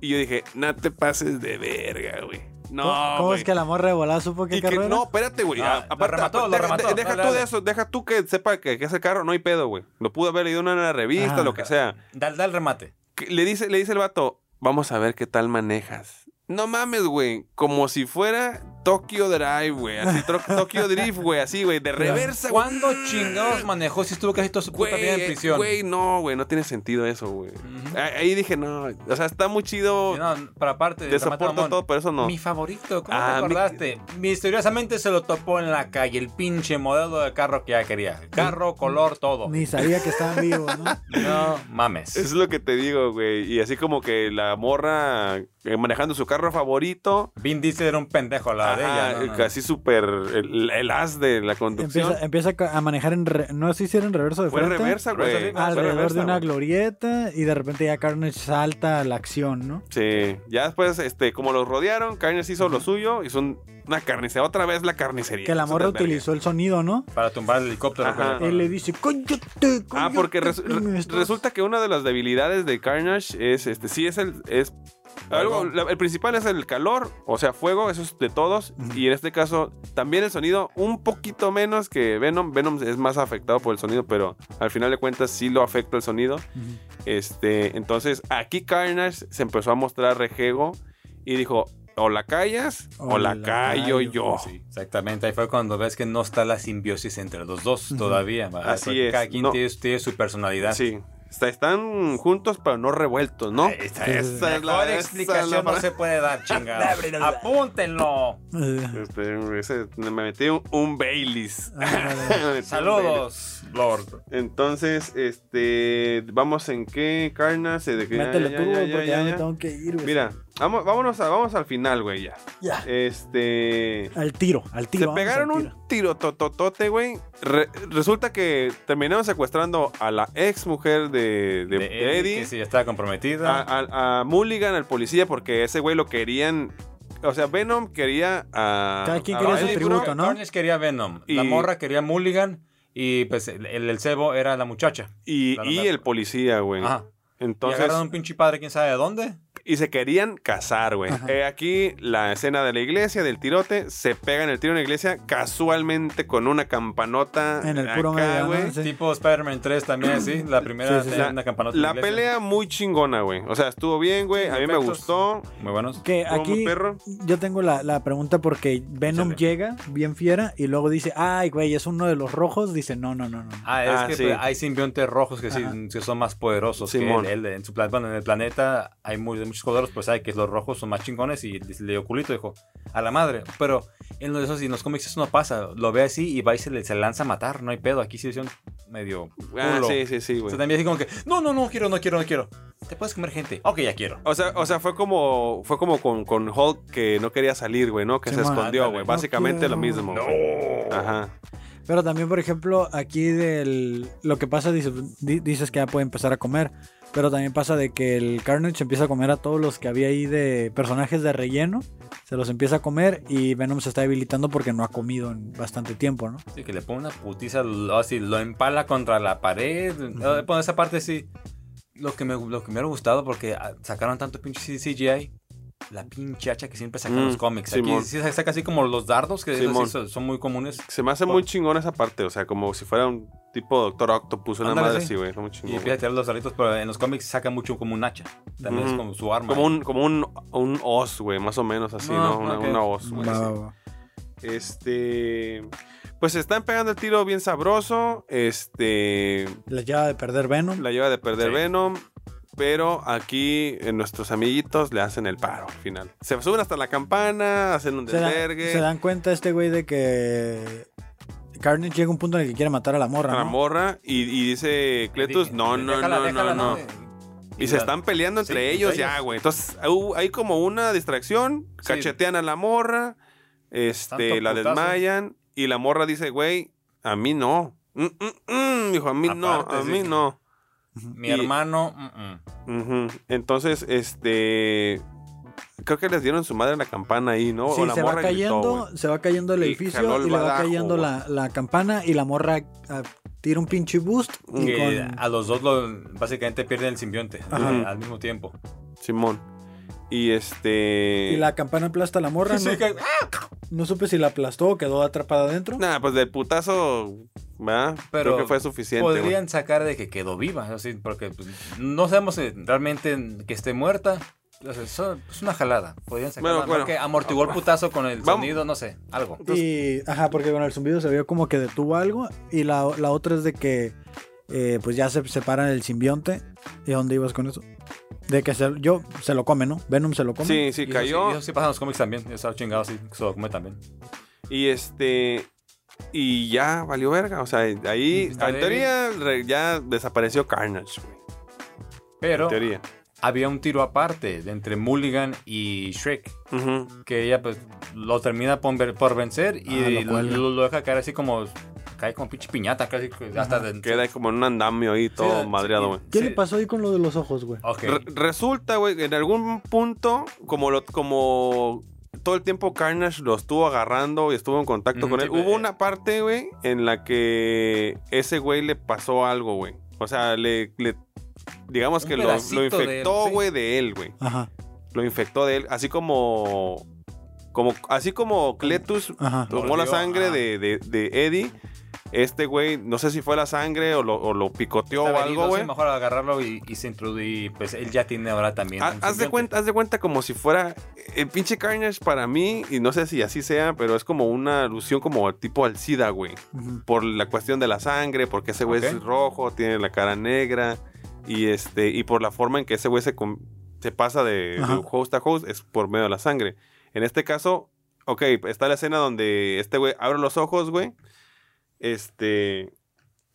Speaker 1: Y yo dije, no te pases de verga, güey. No,
Speaker 4: ¿Cómo, cómo
Speaker 1: güey.
Speaker 4: es que la morra de volada supo
Speaker 1: Y
Speaker 4: que
Speaker 1: que-
Speaker 4: carro era?
Speaker 1: no, espérate, güey.
Speaker 3: Ah,
Speaker 1: A-
Speaker 3: lo
Speaker 1: aparte,
Speaker 3: remató, lo
Speaker 1: deja-
Speaker 3: remató.
Speaker 1: de- deja
Speaker 3: Dale,
Speaker 1: tú de
Speaker 3: dale.
Speaker 1: eso, deja tú que sepa que, que ese carro no hay pedo, güey. Lo pudo haber leído en una revista,
Speaker 4: Ah.
Speaker 1: lo que sea.
Speaker 3: Da, da el remate.
Speaker 1: Que Le dice, le dice el vato, vamos a ver qué tal manejas. No mames, güey. Como si fuera Tokyo Drive, güey. Así, tro- Tokyo Drift, güey. Así, güey. De reversa, güey.
Speaker 3: ¿Cuándo chingados manejó si estuvo casi toda su puta vida en
Speaker 1: Güey, eh,
Speaker 3: prisión?
Speaker 1: güey, no, güey, no tiene sentido eso, güey.
Speaker 3: Ujú.
Speaker 1: A- Ahí dije, no, o sea, está muy chido,
Speaker 3: No, pero aparte,
Speaker 1: te
Speaker 3: el remate
Speaker 1: soporto
Speaker 3: mamón.
Speaker 1: todo, pero eso no.
Speaker 3: Mi favorito, ¿cómo
Speaker 1: Ah,
Speaker 3: te
Speaker 1: mi-
Speaker 3: acordaste? Misteriosamente se lo topó en la calle, el pinche modelo de carro que ya quería. Carro, color, todo.
Speaker 4: Ni sabía que estaban vivos, ¿no?
Speaker 3: No mames.
Speaker 1: Es lo que te digo, güey. Y así como que la morra eh, manejando su carro favorito.
Speaker 3: Vin Diesel era un pendejo la de
Speaker 1: ajá,
Speaker 3: ella. ¿no? No,
Speaker 1: Casi súper el, el as de la conducción.
Speaker 4: Empieza, empieza a ca- a manejar en... re- No sé si era en reverso de
Speaker 1: Fue
Speaker 4: frente.
Speaker 1: reversa, güey. Ah,
Speaker 3: Reversa, sí,
Speaker 1: Fue
Speaker 4: Alrededor de
Speaker 1: reversa,
Speaker 4: una
Speaker 1: güey.
Speaker 4: glorieta y de repente ya Carnage salta a la acción, ¿no?
Speaker 1: Sí, ya después, este, como los rodearon, Carnes hizo lo suyo, hizo un- una carnicería, otra vez la carnicería.
Speaker 4: Que la
Speaker 1: Eso
Speaker 4: morra
Speaker 1: de verga.
Speaker 4: utilizó el sonido, ¿no?
Speaker 3: Para tumbar el helicóptero.
Speaker 1: Ajá.
Speaker 3: güey.
Speaker 4: Él le dice, ¡Cállate!
Speaker 1: Ah,
Speaker 4: cállate,
Speaker 1: porque resu-
Speaker 4: que me
Speaker 1: re-
Speaker 4: estás-".
Speaker 1: resulta que una de las debilidades de Carnage es, este, sí es el, es algo, la- el principal es el calor, o sea, fuego, eso es de todos,
Speaker 4: Ujú.
Speaker 1: y en este caso también el sonido un poquito menos que Venom, Venom es más afectado por el sonido, pero al final de cuentas sí lo afecta el sonido,
Speaker 4: Ujú.
Speaker 1: Este, entonces aquí Carnage se empezó a mostrar rejego y dijo, o la callas o, la, callo yo.
Speaker 3: Sí, exactamente. Ahí fue cuando ves que no está la simbiosis entre los dos
Speaker 4: Ujú.
Speaker 3: todavía. ¿verdad?
Speaker 1: Así
Speaker 3: Porque
Speaker 1: es,
Speaker 3: Cada quien
Speaker 1: no.
Speaker 3: tiene, tiene su personalidad.
Speaker 1: Sí. Está- están juntos pero no revueltos, ¿no?
Speaker 3: Ahí está,
Speaker 4: Esa
Speaker 1: es la-
Speaker 3: Mejor
Speaker 1: esa es
Speaker 3: explicación
Speaker 1: la-
Speaker 3: no se puede dar, chingados. Apúntenlo.
Speaker 4: Eh,
Speaker 1: Este, ese- me metí un, un Baileys.
Speaker 4: ándale.
Speaker 1: Me metí un Baileys.
Speaker 3: Saludos, Lord.
Speaker 1: Entonces, este, vamos en qué, Carnage, de que-
Speaker 4: Métele
Speaker 1: ya,
Speaker 4: tú,
Speaker 1: ya, ya,
Speaker 4: güey, porque
Speaker 1: ya,
Speaker 4: ya me
Speaker 1: ya.
Speaker 4: tengo que ir, güey.
Speaker 1: Mira, vamos, vámonos a- vamos al final, güey, ya.
Speaker 4: Ya.
Speaker 1: Este,
Speaker 4: Al tiro, al
Speaker 1: Se
Speaker 4: tiro. vamos al
Speaker 1: pegaron un
Speaker 4: tiro.
Speaker 1: tiro tototote, güey. Re- resulta que terminaron secuestrando a la ex mujer de, de-
Speaker 3: De
Speaker 1: de Eddie, Ah,
Speaker 3: Que sí, ya estaba comprometida.
Speaker 1: a, a- a Mulligan, al policía, porque ese güey lo querían. O sea, Venom quería a.
Speaker 4: Cada quien
Speaker 1: a
Speaker 4: quería su
Speaker 1: Eddie,
Speaker 4: tributo,
Speaker 1: bro.
Speaker 4: ¿no?
Speaker 3: Carnage quería Venom. La
Speaker 1: Y-
Speaker 3: morra quería Mulligan. Y pues el, el cebo era la muchacha.
Speaker 1: Y,
Speaker 3: Claro,
Speaker 1: y
Speaker 3: claro.
Speaker 1: el policía, güey.
Speaker 3: Ajá. y
Speaker 1: Entonces.
Speaker 3: agarraron un pinche padre, quién sabe de dónde.
Speaker 1: Y se querían casar, güey. Eh, aquí la escena de la iglesia, del tirote, se pegan el tiro en la iglesia casualmente con una campanota.
Speaker 4: En el puro
Speaker 1: acá,
Speaker 4: medio, ¿no?
Speaker 1: güey.
Speaker 4: Sí.
Speaker 3: Tipo Spider-Man 3 también, así. La primera
Speaker 4: Sí, sí,
Speaker 3: de
Speaker 4: sí.
Speaker 3: una campanota. de
Speaker 1: La
Speaker 3: iglesia.
Speaker 1: pelea muy chingona, güey. O sea, estuvo bien, güey.
Speaker 3: Sí,
Speaker 1: A mí me
Speaker 3: efectos.
Speaker 1: gustó.
Speaker 3: Muy buenos.
Speaker 4: Que
Speaker 1: Estuvo muy
Speaker 4: aquí
Speaker 1: perro.
Speaker 4: yo tengo la, la pregunta porque Venom
Speaker 3: Échale.
Speaker 4: llega bien fiera y luego dice, ay, güey, es uno de los rojos. Dice, no, no, no, no.
Speaker 3: Ah, es
Speaker 1: Ah,
Speaker 3: que
Speaker 1: sí.
Speaker 3: pues, hay simbiontes rojos que, sí,
Speaker 4: Ajá.
Speaker 3: que son más poderosos
Speaker 1: Simón.
Speaker 3: que él. él en, su plan- bueno, en el planeta hay muy, de muchos colores, pues hay que los rojos son más chingones y le dio culito, dijo, a la madre. Pero en los, esos, y en los cómics eso no pasa. Lo ve así y va y se, le, se lanza a matar, no hay pedo. Aquí sí es un medio...
Speaker 1: Ah,
Speaker 3: culo.
Speaker 1: sí, sí, sí,
Speaker 3: O
Speaker 1: güey.
Speaker 3: sea, también así como que, no, no, no quiero, no quiero, no quiero. Te puedes comer gente. Ok, ya quiero.
Speaker 1: O sea, o sea, fue como, fue como con, con Hulk que no quería salir, güey, ¿no? Que se
Speaker 4: Simón.
Speaker 1: escondió, güey.
Speaker 3: No
Speaker 1: Básicamente
Speaker 4: quiero.
Speaker 1: lo mismo. güey. Ajá.
Speaker 4: Pero también, por ejemplo, aquí del lo que pasa, dices, di- dices que ya puede empezar a comer. Pero también pasa de que el Carnage empieza a comer a todos los que había ahí de personajes de relleno. Se los empieza a comer y Venom se está debilitando porque no ha comido en bastante tiempo, ¿no?
Speaker 3: Así que le pone una putiza, lo, así, lo empala contra la pared. Eh, bueno, esa parte sí. Lo que me, lo que me hubiera gustado porque ah, sacaron tanto pinche C- CGI. La pinche hacha que siempre sacan
Speaker 1: Mm,
Speaker 3: los cómics.
Speaker 1: Simón.
Speaker 3: Aquí sí se saca así como los dardos, que esos sí
Speaker 1: Simón.
Speaker 3: son, son muy comunes.
Speaker 1: Se me hace muy chingón esa parte. O sea, como si fuera un tipo Doctor Octopus, una
Speaker 3: Ándale,
Speaker 1: madre
Speaker 3: sí.
Speaker 1: así, güey. Está muy
Speaker 3: Y
Speaker 1: chingón.
Speaker 3: empieza a tirar los darditos, pero en los cómics saca mucho como un hacha. También
Speaker 1: Ujú.
Speaker 3: es como su arma.
Speaker 1: Como un, como un, un os, güey, más o menos así,
Speaker 3: Ah,
Speaker 1: ¿no? Una,
Speaker 3: ok.
Speaker 1: una os, güey.
Speaker 4: Va,
Speaker 1: así.
Speaker 4: va, va.
Speaker 1: Este. Pues se están pegando el tiro bien sabroso. Este.
Speaker 4: La llave de perder Venom.
Speaker 1: La lleva de perder
Speaker 3: Sí.
Speaker 1: Venom. Pero aquí eh, nuestros amiguitos le hacen el paro al final. Se suben hasta la campana, hacen un
Speaker 4: se, dan-
Speaker 1: desvergue.
Speaker 4: se dan cuenta este güey de que Carnage llega a un punto en el que quiere matar a la morra.
Speaker 1: a la
Speaker 4: ¿no?
Speaker 1: morra. Y, y dice Cletus, no, no,
Speaker 3: Déjala,
Speaker 1: no,
Speaker 3: déjala,
Speaker 1: no, no.
Speaker 3: eh.
Speaker 1: Y se están peleando
Speaker 3: Sí,
Speaker 1: entre
Speaker 3: entre
Speaker 1: ellos ya,
Speaker 3: ellos.
Speaker 1: güey. Entonces hubo- hay como una distracción.
Speaker 3: Sí.
Speaker 1: Cachetean a la morra. Este,
Speaker 3: Tanto
Speaker 1: la
Speaker 3: putazo.
Speaker 1: desmayan. Y la morra dice, güey, a mí no. Mm, mm, mm", Dijo, a mí
Speaker 3: Aparte,
Speaker 1: no, a
Speaker 3: sí.
Speaker 1: mí no.
Speaker 3: Mi
Speaker 1: y-
Speaker 3: hermano. mm, mm.
Speaker 1: Ujú. Entonces, este. Creo que les dieron su madre la campana ahí, ¿no?
Speaker 4: Sí,
Speaker 1: O la
Speaker 4: se va
Speaker 1: morra gritó,
Speaker 4: cayendo,
Speaker 1: güey.
Speaker 4: se va cayendo el
Speaker 1: Y jaló
Speaker 4: edificio
Speaker 1: el
Speaker 4: y le va
Speaker 1: badajo,
Speaker 4: cayendo
Speaker 1: güey.
Speaker 4: la, la campana y la morra ah, tira un pinche boost y
Speaker 3: Que
Speaker 4: con-
Speaker 1: ah,
Speaker 3: a los dos lo- básicamente pierden el simbionte
Speaker 1: Ajá.
Speaker 3: al mismo tiempo.
Speaker 1: Simón. Y este.
Speaker 4: Y la campana aplasta a la morra.
Speaker 3: Sí,
Speaker 4: no,
Speaker 3: que-
Speaker 1: ah,
Speaker 4: no supe si la aplastó o quedó atrapada adentro.
Speaker 1: Nah, pues del putazo. ¿verdad?
Speaker 3: Pero
Speaker 1: Creo que fue suficiente. güey.
Speaker 3: Podrían sacar de que quedó viva, o sea, porque pues, no sabemos si realmente que esté muerta. O sea, eso es una jalada. Podrían sacar
Speaker 1: Bueno,
Speaker 3: bueno,
Speaker 1: bueno. Ah,
Speaker 3: que amortiguó el putazo con el
Speaker 1: Vamos.
Speaker 3: sonido, no sé, algo.
Speaker 4: Y, ajá, porque con el zumbido se vio como que detuvo algo. Y la, la otra es de que, eh, pues ya se separan el simbionte. ¿Y a dónde ibas con eso? De que se, yo, se lo come, ¿no? Venom se lo come.
Speaker 1: Sí, sí,
Speaker 3: Y eso
Speaker 1: cayó.
Speaker 3: sí- y eso sí pasa en los cómics también. Yo estaba chingado, sí, se lo come también.
Speaker 1: Y este. Y ya valió verga. O sea, ahí.
Speaker 3: Está
Speaker 1: En
Speaker 3: débil.
Speaker 1: teoría, re- ya desapareció Carnage, güey. En
Speaker 3: Pero
Speaker 1: teoría.
Speaker 3: había un tiro aparte de entre Mulligan y Shrek,
Speaker 1: Ujú.
Speaker 3: que ella pues lo termina por, ver- por vencer
Speaker 4: Ah,
Speaker 3: y
Speaker 4: lo cual-
Speaker 3: lo, lo deja caer así como cae con pinche piñata, casi que hasta de-
Speaker 1: Queda ahí como en un andamio ahí todo
Speaker 3: sí,
Speaker 1: madreado,
Speaker 3: sí.
Speaker 1: güey.
Speaker 4: ¿Qué
Speaker 3: Sí.
Speaker 4: le pasó ahí con lo de los ojos, güey?
Speaker 3: Ok.
Speaker 1: Re- Resulta, güey, en algún punto, como lo, como todo el tiempo Carnage lo estuvo agarrando y estuvo en contacto
Speaker 3: Ujú,
Speaker 1: con
Speaker 3: sí, eh.
Speaker 1: él.
Speaker 3: pero-
Speaker 1: Hubo una parte, güey, en la que ese güey le pasó algo, güey. O sea, le, le- digamos
Speaker 3: Un
Speaker 1: que lo,
Speaker 3: pedacito
Speaker 1: lo
Speaker 3: de él,
Speaker 1: infectó,
Speaker 3: sí.
Speaker 1: güey, de él, güey.
Speaker 4: Ajá,
Speaker 1: Lo infectó de él. Así como. como así como Cletus
Speaker 4: ajá.
Speaker 1: tomó
Speaker 3: Mordió,
Speaker 1: la sangre
Speaker 3: ajá.
Speaker 1: de, de- de Eddie. Este güey, no sé si fue la sangre o lo, o lo picoteó o
Speaker 3: Estaba
Speaker 1: algo,
Speaker 3: herido, sí,
Speaker 1: güey.
Speaker 3: mejor agarrarlo y, y se introduce. Pues él ya tiene ahora también.
Speaker 1: Ha-
Speaker 3: un
Speaker 1: Ah, Haz de,
Speaker 3: simbionte.
Speaker 1: cuenta, haz de cuenta como si fuera el pinche Carnage para mí, y no sé si así sea, pero es como una alusión como tipo al SIDA, güey.
Speaker 4: Ujú.
Speaker 1: Por la cuestión de la sangre, porque ese güey es
Speaker 3: Ok.
Speaker 1: rojo, tiene la cara negra, y este y por la forma en que ese güey se, com- se pasa de, de
Speaker 4: Ajá.
Speaker 1: host a host es por medio de la sangre. En este caso, ok, está la escena donde este güey abre los ojos, güey. Este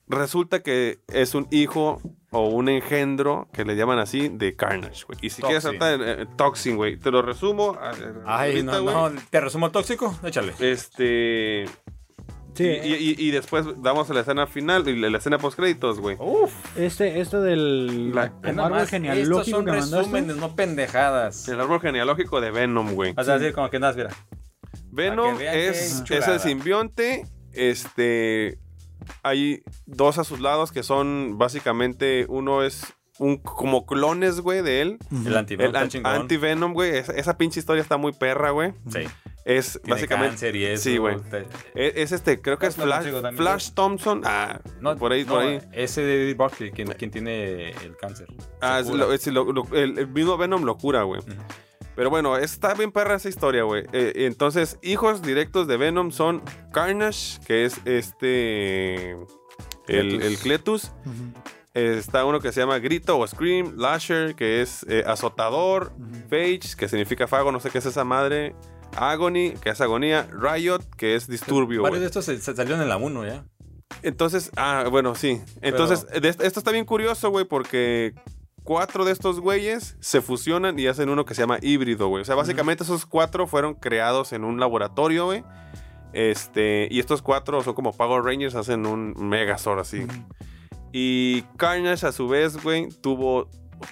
Speaker 1: resulta que es un hijo o un engendro que le llaman así de Carnage, güey. Y si quieres
Speaker 3: Toxin.
Speaker 1: saltar eh, eh, Toxin, güey, te lo resumo. a-
Speaker 3: Ay,
Speaker 1: ahorita,
Speaker 3: no,
Speaker 1: güey.
Speaker 3: no. ¿Te resumo el tóxico? Échale.
Speaker 1: Este
Speaker 4: Sí,
Speaker 1: y, y- y- y después damos a la escena final y la, la escena post créditos, güey.
Speaker 3: Uf,
Speaker 4: este, este del
Speaker 1: La-
Speaker 4: como árbol
Speaker 3: Estos
Speaker 4: genealógico
Speaker 3: son
Speaker 4: que mandaste.
Speaker 3: resúmenes, no pendejadas.
Speaker 1: El árbol genealógico de Venom, güey.
Speaker 3: O sea, así como que nada, mira.
Speaker 1: Venom
Speaker 3: vean qué
Speaker 1: es, es
Speaker 3: chulada.
Speaker 1: el simbionte. Este. Hay dos a sus lados que son básicamente. Uno es un como clones, güey, de él.
Speaker 4: Ujú.
Speaker 3: El antivenom
Speaker 1: El
Speaker 3: está
Speaker 1: an-
Speaker 3: chingón.
Speaker 1: anti-Venom, güey. Esa, esa pinche historia está muy perra, güey.
Speaker 3: Sí.
Speaker 1: Es
Speaker 3: Tiene
Speaker 1: básicamente.
Speaker 3: cáncer y eso.
Speaker 1: sí, güey.
Speaker 3: te-
Speaker 1: Es, es este, creo que es
Speaker 3: Lo consigo
Speaker 1: Flash,
Speaker 3: también.
Speaker 1: Flash Thompson. Ah,
Speaker 3: No,
Speaker 1: por ahí,
Speaker 3: no,
Speaker 1: por ahí.
Speaker 3: Ese de Eddie Brock, quien, quien tiene el cáncer.
Speaker 1: Ah, es
Speaker 3: Seguro.
Speaker 1: lo- es lo- lo- el, el mismo Venom lo cura, güey.
Speaker 3: Ujú.
Speaker 1: Pero bueno, está bien perra esa historia, güey. Eh, entonces, hijos directos de Venom son Carnage, que es este. El,
Speaker 3: Cletus.
Speaker 1: el Cletus.
Speaker 4: Ujú,
Speaker 1: Eh, Está uno que se llama Grito o Scream. Lasher, que es eh, azotador.
Speaker 4: ujú.
Speaker 1: Phage, que significa fago, no sé qué es esa madre. Agony, que es agonía. Riot, que es disturbio,
Speaker 3: Varios de
Speaker 1: güey.
Speaker 3: estos se, se salieron en la 1 ya.
Speaker 1: Entonces, ah, bueno, sí. Entonces, de est- esto está bien curioso, güey, porque cuatro de estos güeyes se fusionan y hacen uno que se llama híbrido, güey. O sea, básicamente esos cuatro fueron creados en un laboratorio, güey. Este, y estos cuatro son como Power Rangers, hacen un Megazord así. Y Carnage, a su vez, güey, tuvo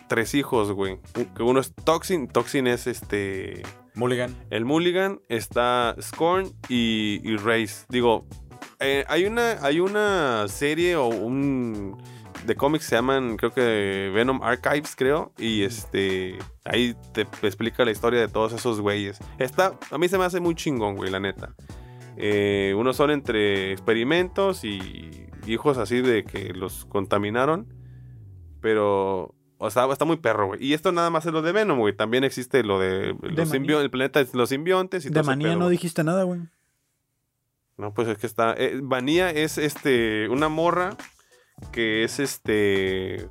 Speaker 1: tres hijos, güey. Un- Que uno es Toxin, Toxin es este.
Speaker 3: Mulligan.
Speaker 1: El Mulligan está Scorn y, y Raze. Digo, eh, hay, una, hay una serie o un. de cómics que se llaman, creo que Venom Archives, creo. Y este. Ahí te explica la historia de todos esos güeyes. Está. A mí se me hace muy chingón, güey, la neta. Eh, unos son entre experimentos y hijos así de que los contaminaron. Pero. O sea, está muy perro, güey. Y esto nada más es lo de Venom, güey. También existe lo de los
Speaker 4: maní.
Speaker 1: simbio- el planeta de los simbiontes y todo
Speaker 4: De
Speaker 1: ese
Speaker 4: manía
Speaker 1: pedo,
Speaker 4: no
Speaker 1: güey.
Speaker 4: dijiste nada, güey.
Speaker 1: No, pues es que está. eh, Vanía es este. Una morra que es este.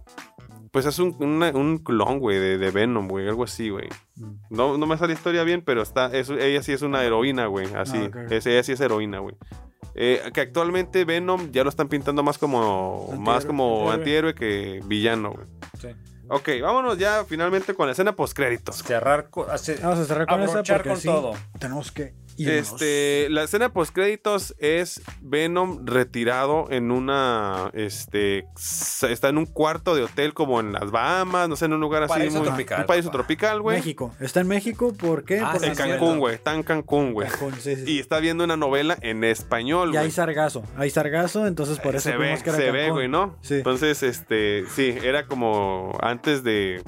Speaker 1: Pues es un, una- un clon, güey, de, de Venom, güey, algo así, güey.
Speaker 4: Mm.
Speaker 1: No, no me sale la historia bien, pero está. es- ella sí es una heroína, güey. Así.
Speaker 4: Ah, ok.
Speaker 1: es, ella sí es heroína, güey. Eh, que actualmente Venom ya lo están pintando más como. más
Speaker 4: Antihéroe,
Speaker 1: como
Speaker 4: antihéroe.
Speaker 1: antihéroe que villano, güey.
Speaker 3: Sí.
Speaker 1: Ok, vámonos ya finalmente con la escena post créditos.
Speaker 3: Cerrar. co- hace-
Speaker 1: Ah,
Speaker 4: Vamos a cerrar con esa
Speaker 3: Abrochar
Speaker 4: porque
Speaker 3: con
Speaker 4: sí,
Speaker 3: todo.
Speaker 4: tenemos que irnos.
Speaker 1: Este, la escena post créditos es Venom retirado en una, este, s- está en un cuarto de hotel como en las Bahamas, no sé, en un lugar así,
Speaker 3: Paraíso
Speaker 1: muy-
Speaker 3: tropical,
Speaker 1: un paraíso
Speaker 3: papá.
Speaker 1: tropical, güey.
Speaker 4: México. Está en México, ¿por qué?
Speaker 3: Ah,
Speaker 4: Por
Speaker 1: En
Speaker 3: sí,
Speaker 4: las-
Speaker 1: Cancún, güey, está en Cancún, güey.
Speaker 4: Cancún, sí, sí, sí.
Speaker 1: Y está viendo una novela en español,
Speaker 4: Y hay
Speaker 1: güey. Eh,
Speaker 4: sargazo, hay sargazo, entonces por eso
Speaker 1: se ve,
Speaker 4: vimos que era
Speaker 1: se ve,
Speaker 4: Cancún.
Speaker 1: güey, ¿no?
Speaker 4: Sí.
Speaker 1: Entonces, este, sí, era como antes de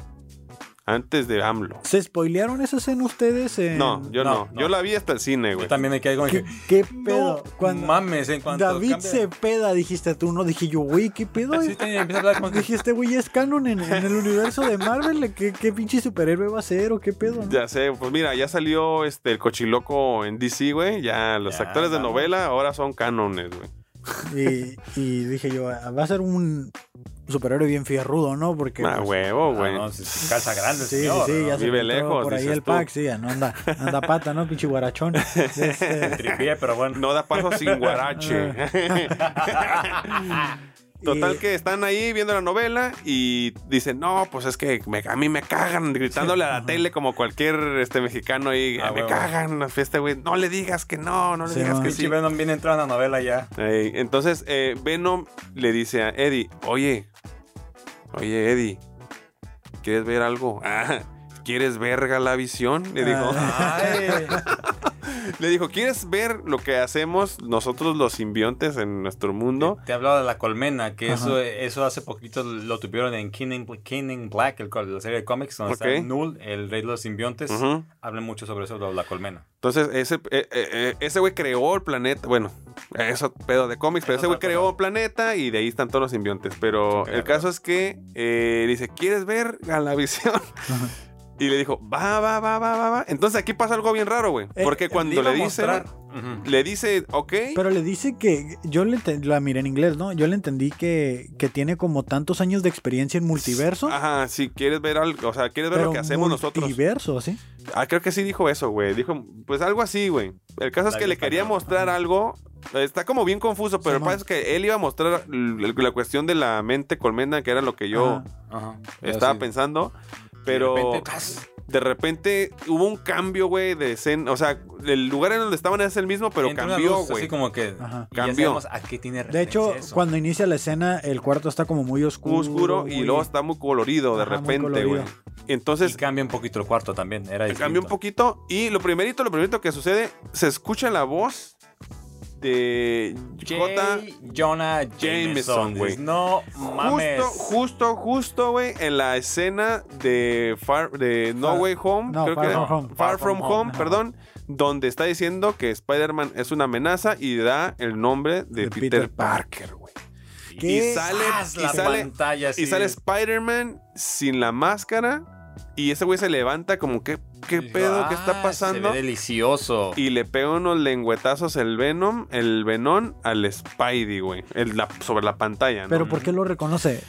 Speaker 1: Antes de AMLO.
Speaker 4: ¿Se spoilearon esa escena ustedes? en-
Speaker 1: No, yo no. Yo
Speaker 3: no, no.
Speaker 1: la vi hasta el cine, güey.
Speaker 3: Yo también me quedé como
Speaker 4: ¿Qué,
Speaker 3: que.
Speaker 4: qué
Speaker 3: No
Speaker 4: pedo? Cuando
Speaker 3: mames, en cuanto.
Speaker 4: David
Speaker 3: cambia-
Speaker 4: Cepeda, dijiste tú, no dije yo, güey, ¿qué pedo?
Speaker 3: Sí, te- empieza a hablar como que.
Speaker 4: Dije, este güey es canon en, en el universo de Marvel. ¿Qué, qué pinche superhéroe va a ser o qué pedo? no?
Speaker 1: Ya sé, pues mira, ya salió este el cochiloco en DC, güey. Ya los
Speaker 3: Ya,
Speaker 1: actores de
Speaker 3: vamos.
Speaker 1: novela ahora son cánones, güey.
Speaker 4: Y, y dije yo, ah, va a ser un superhéroe bien fierrudo, ¿no? Porque.
Speaker 1: Ah,
Speaker 4: pues,
Speaker 1: huevo, güey.
Speaker 3: Ah, no, sí, sí, calza grande,
Speaker 4: Sí,
Speaker 3: señor.
Speaker 4: sí, sí, ya
Speaker 3: ¿no?
Speaker 4: se
Speaker 1: Vive
Speaker 4: encontró
Speaker 1: lejos,
Speaker 4: por ahí
Speaker 1: dices
Speaker 4: el
Speaker 1: tú.
Speaker 4: pack, sí, ya no anda, anda pata, ¿no? Pinche guarachón. Este,
Speaker 3: Tripié, pero bueno.
Speaker 1: No da paso sin guarache. Total
Speaker 4: Y-
Speaker 1: que están ahí viendo la novela y dicen, no, pues es que me- a mí me cagan, gritándole a la tele como cualquier este mexicano ahí,
Speaker 3: Ah,
Speaker 1: me
Speaker 3: huevo.
Speaker 1: cagan la fiesta, güey, no le digas que no, no le
Speaker 4: Sí,
Speaker 1: digas
Speaker 4: no.
Speaker 1: que
Speaker 3: Pinche
Speaker 1: sí.
Speaker 3: Venom viene entrando a la novela ya.
Speaker 1: Ey, entonces eh, Venom le dice a Eddie, oye, oye Eddie, ¿quieres ver algo? Ah, ¿Quieres ver Galavisión? Le dijo.
Speaker 3: Ah. Ay.
Speaker 1: Le dijo, ¿quieres ver lo que hacemos nosotros los simbiontes en nuestro mundo?
Speaker 3: Te he hablado de la colmena, que
Speaker 4: Ajá.
Speaker 3: eso, eso hace poquito lo tuvieron en King in, King in Black, el, co- la serie de cómics, donde
Speaker 1: Ok.
Speaker 3: está Null, el rey de los simbiontes.
Speaker 1: Ujú.
Speaker 3: Hablan mucho sobre eso, de la colmena.
Speaker 1: Entonces, ese eh, eh, eh, ese güey creó el planeta. Bueno, eso pedo de cómics, pero
Speaker 3: Es
Speaker 1: ese güey
Speaker 3: otra
Speaker 1: creó
Speaker 3: cosa.
Speaker 1: el planeta y de ahí están todos los simbiontes. Pero
Speaker 3: Ok,
Speaker 1: el
Speaker 3: claro.
Speaker 1: caso es que eh, dice, ¿quieres ver Galavisión? y le dijo, va, va, va, va, va, va. Entonces aquí pasa algo bien raro, güey.
Speaker 4: Eh,
Speaker 1: Porque cuando
Speaker 3: iba
Speaker 1: le
Speaker 3: a
Speaker 1: dice,
Speaker 3: mostrar- Ujú.
Speaker 1: le dice, ok,
Speaker 4: Pero le dice que. Yo le enten- la miré en inglés, ¿no? Yo le entendí que, que tiene como tantos años de experiencia en multiverso.
Speaker 1: ajá, si quieres ver algo, o sea, quieres ver
Speaker 4: pero
Speaker 1: Ah, lo que hacemos nosotros.
Speaker 4: Multiverso, sí.
Speaker 1: Ah, creo que sí dijo eso, güey. Dijo, pues algo así, güey. El caso es
Speaker 3: La
Speaker 1: que le
Speaker 3: vieja
Speaker 1: quería
Speaker 3: no.
Speaker 1: mostrar algo. Está como bien confuso, pero
Speaker 4: Simón.
Speaker 1: parece que él iba a mostrar l- la cuestión de la mente colmena, que era lo que yo
Speaker 4: Ajá.
Speaker 3: Ajá.
Speaker 1: estaba
Speaker 3: Así,
Speaker 1: pensando.
Speaker 3: de
Speaker 1: Pero
Speaker 3: repente, ¡ah! ¡tas!
Speaker 1: de repente, hubo un cambio, güey, de escena. O sea, el lugar en donde estaban es el mismo, pero
Speaker 3: entra una
Speaker 1: cambió,
Speaker 3: luz,
Speaker 1: güey.
Speaker 3: Así como que.
Speaker 4: Ajá.
Speaker 3: y ya
Speaker 1: Cambió.
Speaker 3: sabemos a qué tiene
Speaker 4: De hecho,
Speaker 3: referencia eso.
Speaker 4: cuando inicia la escena, el cuarto está como muy oscuro.
Speaker 1: Muy oscuro y
Speaker 4: muy-
Speaker 1: luego está muy colorido de
Speaker 4: Ajá, muy
Speaker 1: repente, güey.
Speaker 4: colorido.
Speaker 1: Entonces,
Speaker 3: Y cambia un poquito el cuarto también. Era
Speaker 1: Se cambió un
Speaker 3: distinto.
Speaker 1: poquito y lo primerito, lo primerito que sucede, se escucha la voz de Jota
Speaker 3: J. Jonah
Speaker 1: Jameson,
Speaker 3: Jameson,
Speaker 1: güey.
Speaker 3: güey. No mames.
Speaker 1: justo, justo, justo, güey, en la escena de Far, de No
Speaker 4: Far-
Speaker 1: Way Home,
Speaker 4: no,
Speaker 1: creo
Speaker 4: Far
Speaker 1: que
Speaker 4: From
Speaker 1: era.
Speaker 4: Home.
Speaker 1: Far From Home,
Speaker 4: ajá.
Speaker 1: perdón, donde está diciendo que Spider-Man es una amenaza y da el nombre de,
Speaker 4: De
Speaker 1: Peter,
Speaker 4: Peter
Speaker 1: Parker, güey.
Speaker 4: ¿Qué?
Speaker 1: Y sale,
Speaker 3: ¡Sas!
Speaker 1: y
Speaker 3: la
Speaker 1: sale,
Speaker 3: pantalla
Speaker 1: y
Speaker 3: así.
Speaker 1: sale Spider-Man sin la máscara y ese güey se levanta como que qué
Speaker 3: Dijo,
Speaker 1: pedo que
Speaker 3: "Ah,
Speaker 1: está pasando.
Speaker 3: Se ve delicioso.
Speaker 1: Y le pega unos lengüetazos el Venom, el Venom al Spidey, güey. El- la- sobre la pantalla, ¿no? Mm,
Speaker 4: Pero ¿por qué lo reconoce?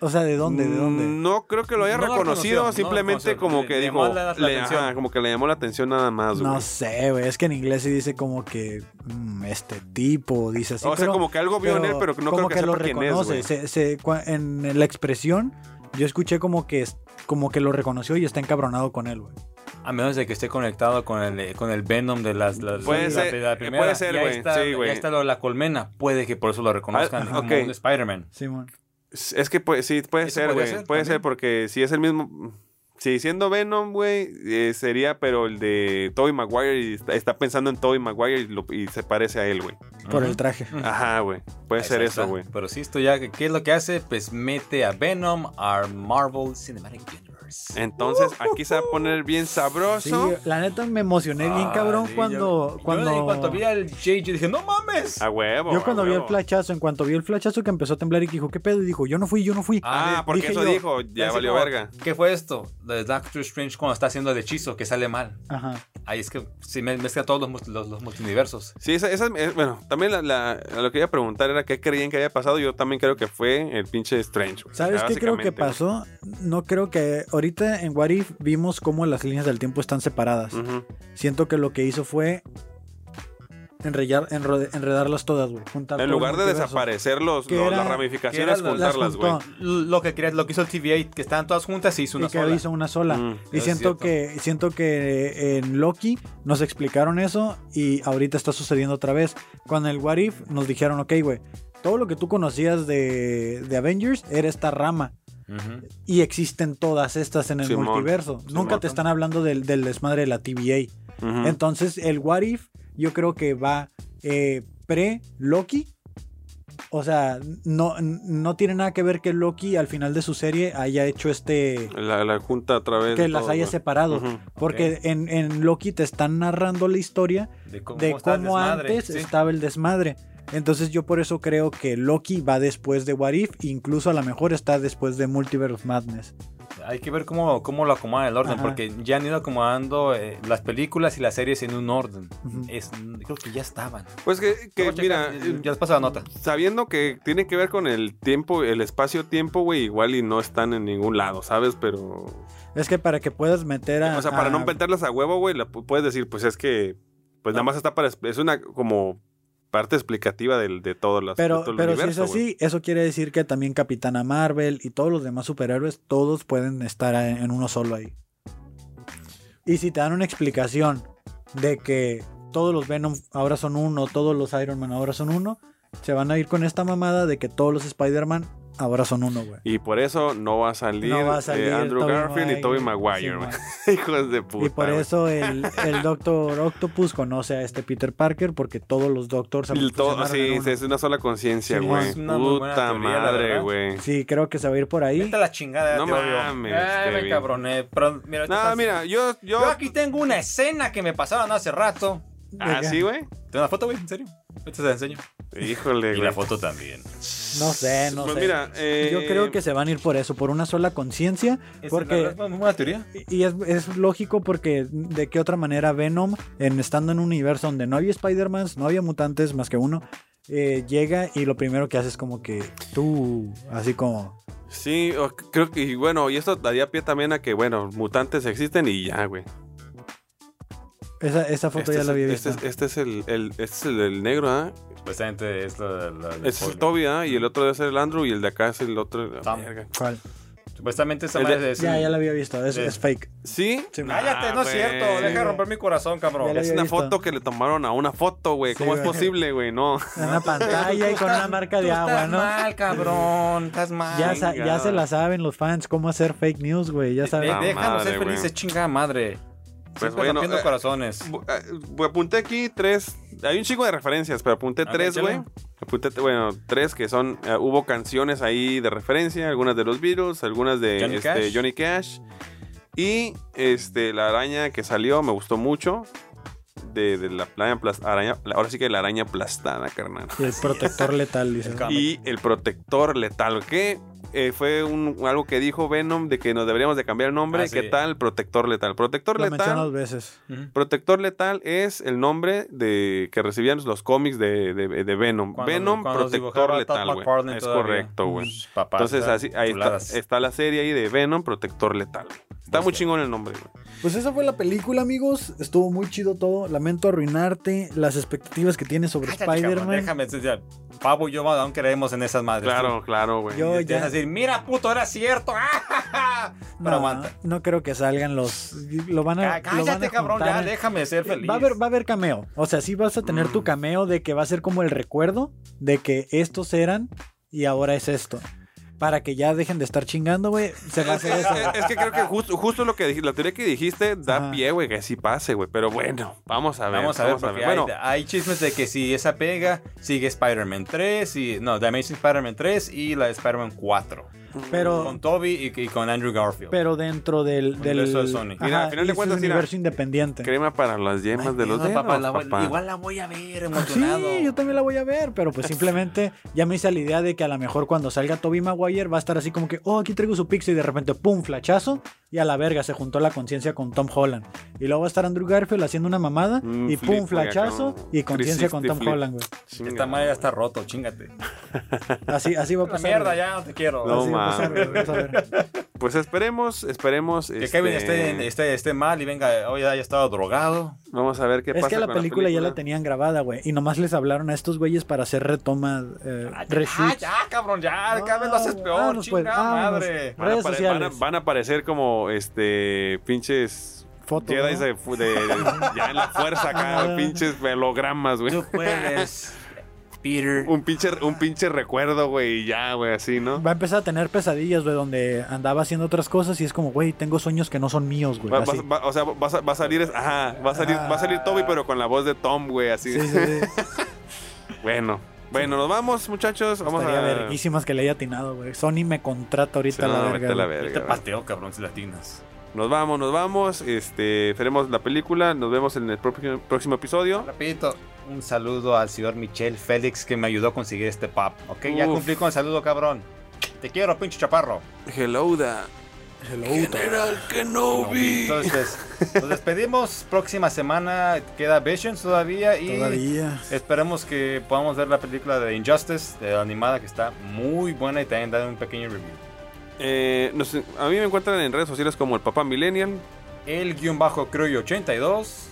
Speaker 4: O sea, ¿de dónde? ¿De dónde?
Speaker 1: No creo que lo haya
Speaker 3: No lo
Speaker 1: reconocido,
Speaker 3: reconoció, no lo
Speaker 1: simplemente
Speaker 3: reconoció.
Speaker 1: como
Speaker 3: Le-
Speaker 1: que
Speaker 3: le
Speaker 1: dijo,
Speaker 3: llamó la- la
Speaker 1: le-
Speaker 3: atención.
Speaker 1: ajá, como que le llamó la atención nada más, güey.
Speaker 4: No sé, güey. Es que en inglés sí dice como que mm, este tipo, dice así.
Speaker 1: o sea,
Speaker 4: pero-
Speaker 1: como que algo vio en él, pero no creo
Speaker 4: como
Speaker 1: que,
Speaker 4: lo
Speaker 1: sepa quién es,
Speaker 4: reconoce.
Speaker 1: güey.
Speaker 4: Se- se- cua- en la expresión, yo escuché como que, es- como que lo reconoció y está encabronado con él, güey.
Speaker 3: A menos de que esté conectado con el, eh, con el Venom de las, las-
Speaker 1: Puede
Speaker 3: la-
Speaker 1: ser,
Speaker 3: la- la
Speaker 1: eh,
Speaker 3: primera.
Speaker 1: puede ser,
Speaker 3: Y ahí
Speaker 1: güey,
Speaker 3: está-
Speaker 1: sí, güey.
Speaker 3: Ya está lo de la colmena. Puede que por eso lo reconozcan
Speaker 1: Ah,
Speaker 3: como
Speaker 1: ok.
Speaker 3: un Spider-Man.
Speaker 4: Simón.
Speaker 1: Es que pues, sí, puede
Speaker 3: Eso
Speaker 1: ser,
Speaker 3: podría
Speaker 1: güey. Puede
Speaker 3: ser
Speaker 1: ser
Speaker 3: también.
Speaker 1: porque si es el mismo... Si siendo Venom, güey, eh, sería pero el de Tobey Maguire y está, está pensando en Tobey Maguire y, lo- y se parece a él, güey.
Speaker 4: Por
Speaker 3: Ujú.
Speaker 4: el traje.
Speaker 1: Ajá, güey. Puede ser
Speaker 3: Ahí
Speaker 1: eso,
Speaker 3: está.
Speaker 1: güey.
Speaker 3: Pero sí, esto ya, ¿qué es lo que hace? Pues mete a Venom al Marvel Cinematic
Speaker 1: Eh,
Speaker 3: Universe.
Speaker 1: Entonces, aquí se va a poner bien
Speaker 4: Uh. Sí,
Speaker 1: sabroso.
Speaker 4: la neta me emocioné bien
Speaker 3: Ah,
Speaker 4: cabrón
Speaker 3: sí,
Speaker 4: cuando.
Speaker 3: yo-
Speaker 4: cuando...
Speaker 3: Yo, en cuanto vi al JJ dije, ¡no mames!
Speaker 1: A huevo.
Speaker 4: Yo
Speaker 1: a
Speaker 4: cuando vi el
Speaker 1: huevo.
Speaker 4: flachazo, en cuanto vi el flachazo que empezó a temblar y que dijo, ¿qué pedo? Y dijo, yo no fui, yo no fui.
Speaker 1: Ah,
Speaker 3: Ah,
Speaker 1: porque
Speaker 4: dije
Speaker 1: eso
Speaker 4: yo.
Speaker 1: dijo, ya
Speaker 3: Así
Speaker 1: valió
Speaker 3: como,
Speaker 1: verga.
Speaker 3: ¿Qué fue esto? De Doctor Strange cuando está haciendo el hechizo que sale mal.
Speaker 4: Ajá.
Speaker 3: Ahí es que se me- mezcla todos los, multi- los, los multiversos.
Speaker 1: Sí, esa, esa- eh, bueno, también la, la- lo que iba a preguntar era qué creían que había pasado. Yo también creo que fue el pinche Strange. güey.
Speaker 4: ¿Sabes
Speaker 1: Ya,
Speaker 4: qué creo que
Speaker 1: básicamente, güey.
Speaker 4: pasó? No creo que. Ahorita en What If vimos cómo las líneas del tiempo están separadas.
Speaker 1: Ujú.
Speaker 4: Siento que lo que hizo fue enrollar- enro- enredarlas todas, güey. juntar
Speaker 1: En
Speaker 4: todo
Speaker 1: lugar
Speaker 4: el
Speaker 1: de
Speaker 4: multiverso.
Speaker 1: desaparecer los,
Speaker 4: Que
Speaker 1: los-
Speaker 4: era-
Speaker 1: las ramificaciones,
Speaker 3: que era
Speaker 4: las
Speaker 1: juntarlas, güey.
Speaker 4: juntó.
Speaker 3: Lo que quería, lo que hizo el TVA, que estaban todas juntas, se hizo
Speaker 4: Y
Speaker 3: una
Speaker 4: que
Speaker 3: sola.
Speaker 4: hizo una sola.
Speaker 1: Mm.
Speaker 4: Y
Speaker 3: Es
Speaker 4: siento
Speaker 3: cierto.
Speaker 4: que, siento que en Loki nos explicaron eso y ahorita está sucediendo otra vez. Cuando en el What If nos dijeron, ok, güey, todo lo que tú conocías de, de Avengers era esta rama.
Speaker 3: Ujú.
Speaker 4: Y existen todas estas en el
Speaker 1: Simón,
Speaker 4: multiverso.
Speaker 1: Simón.
Speaker 4: Nunca te están hablando del, del desmadre de la TVA.
Speaker 1: Mm, Ujú.
Speaker 4: Entonces, el What If yo creo que va eh, pre-Loki O sea, no, no tiene nada que ver que Loki al final de su serie haya hecho este...
Speaker 1: La, la junta a través
Speaker 4: que
Speaker 1: de
Speaker 4: las
Speaker 1: todo,
Speaker 4: haya
Speaker 1: ¿no?
Speaker 4: separado.
Speaker 1: Ujú.
Speaker 4: Porque en, en Loki te están narrando la historia
Speaker 3: De cómo,
Speaker 4: de
Speaker 3: está el
Speaker 4: cómo
Speaker 3: desmadre,
Speaker 4: antes
Speaker 3: sí.
Speaker 4: estaba el desmadre. Entonces yo por eso creo que Loki va después de What If, incluso a lo mejor está después de Multiverse of Madness.
Speaker 3: Hay que ver cómo, cómo lo acomodan el orden,
Speaker 4: Ajá.
Speaker 3: porque ya han ido acomodando eh, las películas y las series en un orden.
Speaker 4: Ujú.
Speaker 3: Es- creo que ya estaban.
Speaker 1: Pues que, que,
Speaker 3: Luego
Speaker 1: mira,
Speaker 3: checas, eh, ya les pasa la nota.
Speaker 1: sabiendo que tiene que ver con el tiempo, el espacio-tiempo, güey, igual y no están en ningún lado, ¿sabes? Pero.
Speaker 4: Es que para que puedas meter a...
Speaker 1: O sea, para
Speaker 4: a-
Speaker 1: no meterlas a huevo, güey, la pu- puedes decir, pues es que. Pues nada más está para. Es una como parte explicativa del, de todas las.
Speaker 4: Pero,
Speaker 1: de todo el
Speaker 4: pero si
Speaker 1: universo,
Speaker 4: es así,
Speaker 1: güey.
Speaker 4: eso quiere decir que también Capitana Marvel y todos los demás superhéroes, todos pueden estar en en uno solo ahí. Y si te dan una explicación de que todos los Venom ahora son uno, todos los Iron Man ahora son uno, se van a ir con esta mamada de que todos los Spider-Man ahora son uno, güey.
Speaker 1: Y por eso no va a salir,
Speaker 4: No va a
Speaker 1: eh,
Speaker 4: salir
Speaker 1: Andrew
Speaker 4: Tobey
Speaker 1: Garfield y Tobey Maguire,
Speaker 4: Simón.
Speaker 1: güey. Hijos de puta.
Speaker 4: y por
Speaker 1: güey.
Speaker 4: eso el, el Doctor Octopus conoce a este Peter Parker porque todos los Doctors se
Speaker 1: Y todo,
Speaker 4: fusionaron
Speaker 1: sí,
Speaker 4: en uno.
Speaker 1: es una sola conciencia,
Speaker 4: Sí,
Speaker 1: güey.
Speaker 3: es una muy buena
Speaker 1: Puta
Speaker 3: teoría, la
Speaker 1: madre,
Speaker 3: verdad.
Speaker 1: güey.
Speaker 4: Sí, creo que se va a ir por ahí.
Speaker 3: Vete a la chingada,
Speaker 1: No
Speaker 3: te odio.
Speaker 1: mames,
Speaker 3: Ay, me
Speaker 1: Kevin.
Speaker 3: cabroné. Pero, mira, ahorita
Speaker 1: No,
Speaker 3: pasa-
Speaker 1: mira, yo. yo...
Speaker 3: Yo aquí tengo una escena que me pasaron hace rato.
Speaker 1: Ah, sí, güey.
Speaker 3: ¿Tengo una foto, güey? ¿En serio? Ahorita se la enseño.
Speaker 1: Híjole, güey.
Speaker 3: foto también.
Speaker 4: No sé, no
Speaker 1: pues
Speaker 4: sé.
Speaker 1: mira, eh,
Speaker 4: Yo creo que se van a ir por eso, por una sola conciencia. Porque-
Speaker 3: Porque... Es una buena teoría.
Speaker 4: Y es, es lógico porque de qué otra manera Venom, en, estando en un universo donde no había Spider-Man, no había mutantes más que uno, eh, llega y lo primero que hace es como que tú, así como...
Speaker 1: Sí, o- creo que, y bueno, y esto daría pie también a que, bueno, mutantes existen y ya, güey.
Speaker 4: Esa, esa foto
Speaker 1: Este,
Speaker 4: ya
Speaker 1: es,
Speaker 4: la había
Speaker 1: este
Speaker 4: visto.
Speaker 1: es- este es el, el- este es el del negro, ¿ah?
Speaker 3: Supuestamente es la... la- la-
Speaker 1: Este es el Toby, ¿ah? Y el otro debe ser el Andrew y el de acá es el otro.
Speaker 3: Tom.
Speaker 1: Verga.
Speaker 4: ¿Cuál?
Speaker 3: Supuestamente esa
Speaker 1: este El Eh. de-
Speaker 3: madre es...
Speaker 4: Ya, ya la había visto, es,
Speaker 3: Sí.
Speaker 4: es fake.
Speaker 1: ¿Sí?
Speaker 4: Sí, güey.
Speaker 3: Cállate, no es
Speaker 1: Ah, güey.
Speaker 3: cierto. Deja de romper mi corazón,
Speaker 4: Ya
Speaker 3: cabrón.
Speaker 4: la
Speaker 1: Es
Speaker 4: había
Speaker 1: una
Speaker 4: visto.
Speaker 1: foto que le tomaron a una foto, güey.
Speaker 4: Sí,
Speaker 1: ¿Cómo es
Speaker 4: güey.
Speaker 1: posible, güey? No. Pues
Speaker 4: En una pantalla y con una marca de agua,
Speaker 3: Estás
Speaker 4: ¿no?
Speaker 3: mal, cabrón. Estás mal.
Speaker 4: Ya, sa- ya
Speaker 1: chingada.
Speaker 4: se la saben los fans cómo hacer fake news, güey. Ya
Speaker 3: De-
Speaker 4: saben.
Speaker 1: Ah,
Speaker 3: déjanos
Speaker 1: madre,
Speaker 3: ser
Speaker 1: güey. Pues
Speaker 3: felices, chingada madre. Siempre
Speaker 1: bueno,
Speaker 3: rompiendo
Speaker 1: eh,
Speaker 3: corazones.
Speaker 1: Bu- ah, bu- Apunté aquí tres. Hay un chico de referencias, pero apunté
Speaker 3: A ver,
Speaker 1: tres,
Speaker 3: échale.
Speaker 1: güey. Apunté, bueno, tres que son. ah, hubo canciones ahí de referencia, algunas de los Beatles, algunas de
Speaker 3: Johnny
Speaker 1: este,
Speaker 3: Cash.
Speaker 1: Johnny Cash. Y este, la araña que salió me gustó mucho. De, de la playa plas- araña, la- ahora sí que la araña aplastada, carnal.
Speaker 4: Y el protector letal, dice.
Speaker 3: El ca-
Speaker 1: Y el protector letal, que eh, fue un, algo que dijo Venom de que nos deberíamos de cambiar el nombre.
Speaker 3: Ah, sí.
Speaker 1: ¿Qué tal? Protector letal. Protector
Speaker 4: Lo
Speaker 1: letal.
Speaker 4: mencionó dos veces.
Speaker 3: Ujú.
Speaker 1: Protector Letal es el nombre de que recibían los cómics de, de- de Venom.
Speaker 3: Cuando-
Speaker 1: Venom
Speaker 3: cuando los
Speaker 1: Protector
Speaker 3: dibujaba Todd
Speaker 1: Letal, güey.
Speaker 3: McFarlane
Speaker 1: Es
Speaker 3: todavía.
Speaker 1: correcto, güey.
Speaker 3: Papá,
Speaker 1: Entonces
Speaker 3: está-
Speaker 1: así, ahí está,
Speaker 3: Mm. chuladas.
Speaker 1: está la serie ahí de Venom Protector Letal. Está muy
Speaker 3: Búsquela.
Speaker 1: chingón el nombre, güey.
Speaker 4: Pues esa fue la película, amigos. Estuvo muy chido todo. Lamento arruinarte las expectativas que tienes sobre
Speaker 3: Cállate, cabrón,
Speaker 4: Spider-Man.
Speaker 3: Déjame decir, Pavo y yo aún creemos en esas madres.
Speaker 1: Claro, claro, güey.
Speaker 4: Yo
Speaker 3: Tú
Speaker 4: ya-
Speaker 3: Te vas a decir, mira, puto, era cierto. ah, ja, ja". Pero
Speaker 4: No,
Speaker 3: aguanta.
Speaker 4: no creo que salgan los. Lo van a.
Speaker 3: Cá-
Speaker 4: lo van
Speaker 3: Cállate,
Speaker 4: a
Speaker 3: cabrón,
Speaker 4: juntar
Speaker 3: ya
Speaker 4: en-
Speaker 3: déjame ser feliz.
Speaker 4: Va a, haber, va a haber cameo. O sea, sí vas a tener tu
Speaker 1: Mm.
Speaker 4: cameo de que va a ser como el recuerdo de que estos eran y ahora es esto. Para que ya dejen de estar chingando, güey. Se va a
Speaker 1: Es,
Speaker 4: hacer
Speaker 1: es-
Speaker 4: eso.
Speaker 1: es que creo que justo, justo lo que dijiste, la teoría que dijiste da
Speaker 4: Ajá.
Speaker 1: pie, güey, que sí pase, güey. Pero bueno, vamos a ver.
Speaker 3: Vamos a ver, porque hay,
Speaker 1: Bueno,
Speaker 3: hay chismes de que si esa pega, sigue Spider-Man 3, y, no, The Amazing Spider-Man 3 y la de Spider-Man 4.
Speaker 4: Pero,
Speaker 3: Con Toby y, y con Andrew Garfield.
Speaker 4: pero dentro del. del
Speaker 3: Universo de Sony.
Speaker 1: Mira, al final
Speaker 4: y
Speaker 1: de
Speaker 4: es
Speaker 1: cuentas,
Speaker 4: un
Speaker 1: mira,
Speaker 4: universo independiente.
Speaker 1: crema para las
Speaker 3: Ay,
Speaker 1: yemas de los
Speaker 3: Dios,
Speaker 1: dedos,
Speaker 3: papá, la voy-
Speaker 1: papá.
Speaker 3: Igual la voy a ver,
Speaker 4: Ah,
Speaker 3: emocionado.
Speaker 4: Sí, yo también la voy a ver, pero pues simplemente ya me hice la idea de que a lo mejor cuando salga Toby Maguire va a estar así como que, oh, aquí traigo su pixie y de repente, pum, flachazo y a la verga se juntó la conciencia con Tom Holland. Y luego va a estar Andrew Garfield haciendo una mamada
Speaker 1: Un
Speaker 4: y
Speaker 1: flip, güey,
Speaker 4: pum, flachazo
Speaker 1: acá, un
Speaker 4: y conciencia con
Speaker 1: 360
Speaker 4: Tom
Speaker 1: flip.
Speaker 4: Holland, güey.
Speaker 1: Chinga.
Speaker 3: Esta madre ya está roto, chingate.
Speaker 4: Así, así va a
Speaker 3: La
Speaker 4: pasar.
Speaker 3: mierda,
Speaker 4: güey.
Speaker 3: ya no te quiero.
Speaker 1: No,
Speaker 4: Así va a pasar,
Speaker 1: mames.
Speaker 4: güey, vas a ver.
Speaker 1: Pues esperemos, esperemos.
Speaker 3: Que Kevin
Speaker 1: este-
Speaker 3: esté, en- esté, esté mal y venga, hoy haya estado drogado.
Speaker 1: Vamos a ver qué
Speaker 4: Es
Speaker 1: pasa.
Speaker 4: que la
Speaker 1: con
Speaker 4: película, ya la tenían grabada, güey. Y nomás les hablaron a estos güeyes para hacer retomas, eh,
Speaker 3: Ah, ya,
Speaker 4: reshoots.
Speaker 3: ya, cabrón, ya, cada vez lo haces
Speaker 4: Ah,
Speaker 3: peor,
Speaker 4: vámonos, pues,
Speaker 3: chingada
Speaker 4: vámonos.
Speaker 3: madre.
Speaker 1: Van a,
Speaker 4: redes
Speaker 1: apare-
Speaker 4: sociales.
Speaker 1: van a- van a aparecer como este pinches
Speaker 4: Foto,
Speaker 1: Jedi
Speaker 4: ¿no?
Speaker 1: de, fu- de- de- ya en la fuerza acá,
Speaker 4: Ah.
Speaker 1: pinches velogramas, güey.
Speaker 3: Tú puedes, Peter.
Speaker 1: Un pinche, un pinche recuerdo, güey, y ya, güey, así, ¿no?
Speaker 4: Va a empezar a tener pesadillas, güey, donde andaba haciendo otras cosas y es como, güey, tengo sueños que no son míos, güey.
Speaker 1: Va-
Speaker 4: así. Ah.
Speaker 1: va- va- o sea, va, a sa- va a salir, es- ajá, va a salir, va a salir Toby, pero con la voz de Tom, güey, así.
Speaker 4: Sí, sí, sí.
Speaker 1: Bueno, Bueno, nos vamos, muchachos. Vamos
Speaker 4: Estaría
Speaker 1: a
Speaker 4: verguísimas que le haya atinado, güey. Sony me contrata ahorita
Speaker 1: Sí,
Speaker 4: a la
Speaker 1: no,
Speaker 4: verga.
Speaker 1: vete a la
Speaker 4: güey.
Speaker 1: verga,
Speaker 3: Yo te
Speaker 1: güey.
Speaker 3: pateo, cabrón, si latinas.
Speaker 1: Nos vamos, nos vamos. Este, veremos la película. Nos vemos en el pro- próximo episodio.
Speaker 3: Repito, un saludo al señor Michel Félix que me ayudó a conseguir este pap. Ok, ya
Speaker 1: Uf.
Speaker 3: cumplí con el saludo, cabrón. Te quiero, pinche chaparro.
Speaker 1: Hello, da. General Kenobi.
Speaker 3: Entonces, nos despedimos. Próxima semana queda Visions todavía y
Speaker 4: Todavía.
Speaker 3: esperemos que podamos ver la película de Injustice, de la animada que está muy buena y también dar un pequeño review.
Speaker 1: Eh, nos- a mí me encuentran en redes sociales como el Papá Millennial.
Speaker 3: El guión bajo creo 82.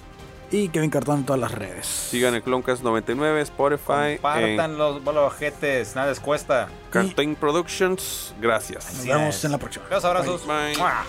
Speaker 4: Y Kevin Cartón en todas las redes.
Speaker 1: Sigan el Cloncast 99, Spotify, en
Speaker 3: Partan los bolojetes, nada les cuesta.
Speaker 1: Cartoon Productions. Gracias.
Speaker 4: Nos
Speaker 3: Así
Speaker 4: vemos
Speaker 3: es.
Speaker 4: en la próxima.
Speaker 3: Besos, abrazos.
Speaker 1: Bye.
Speaker 3: ¡Mua!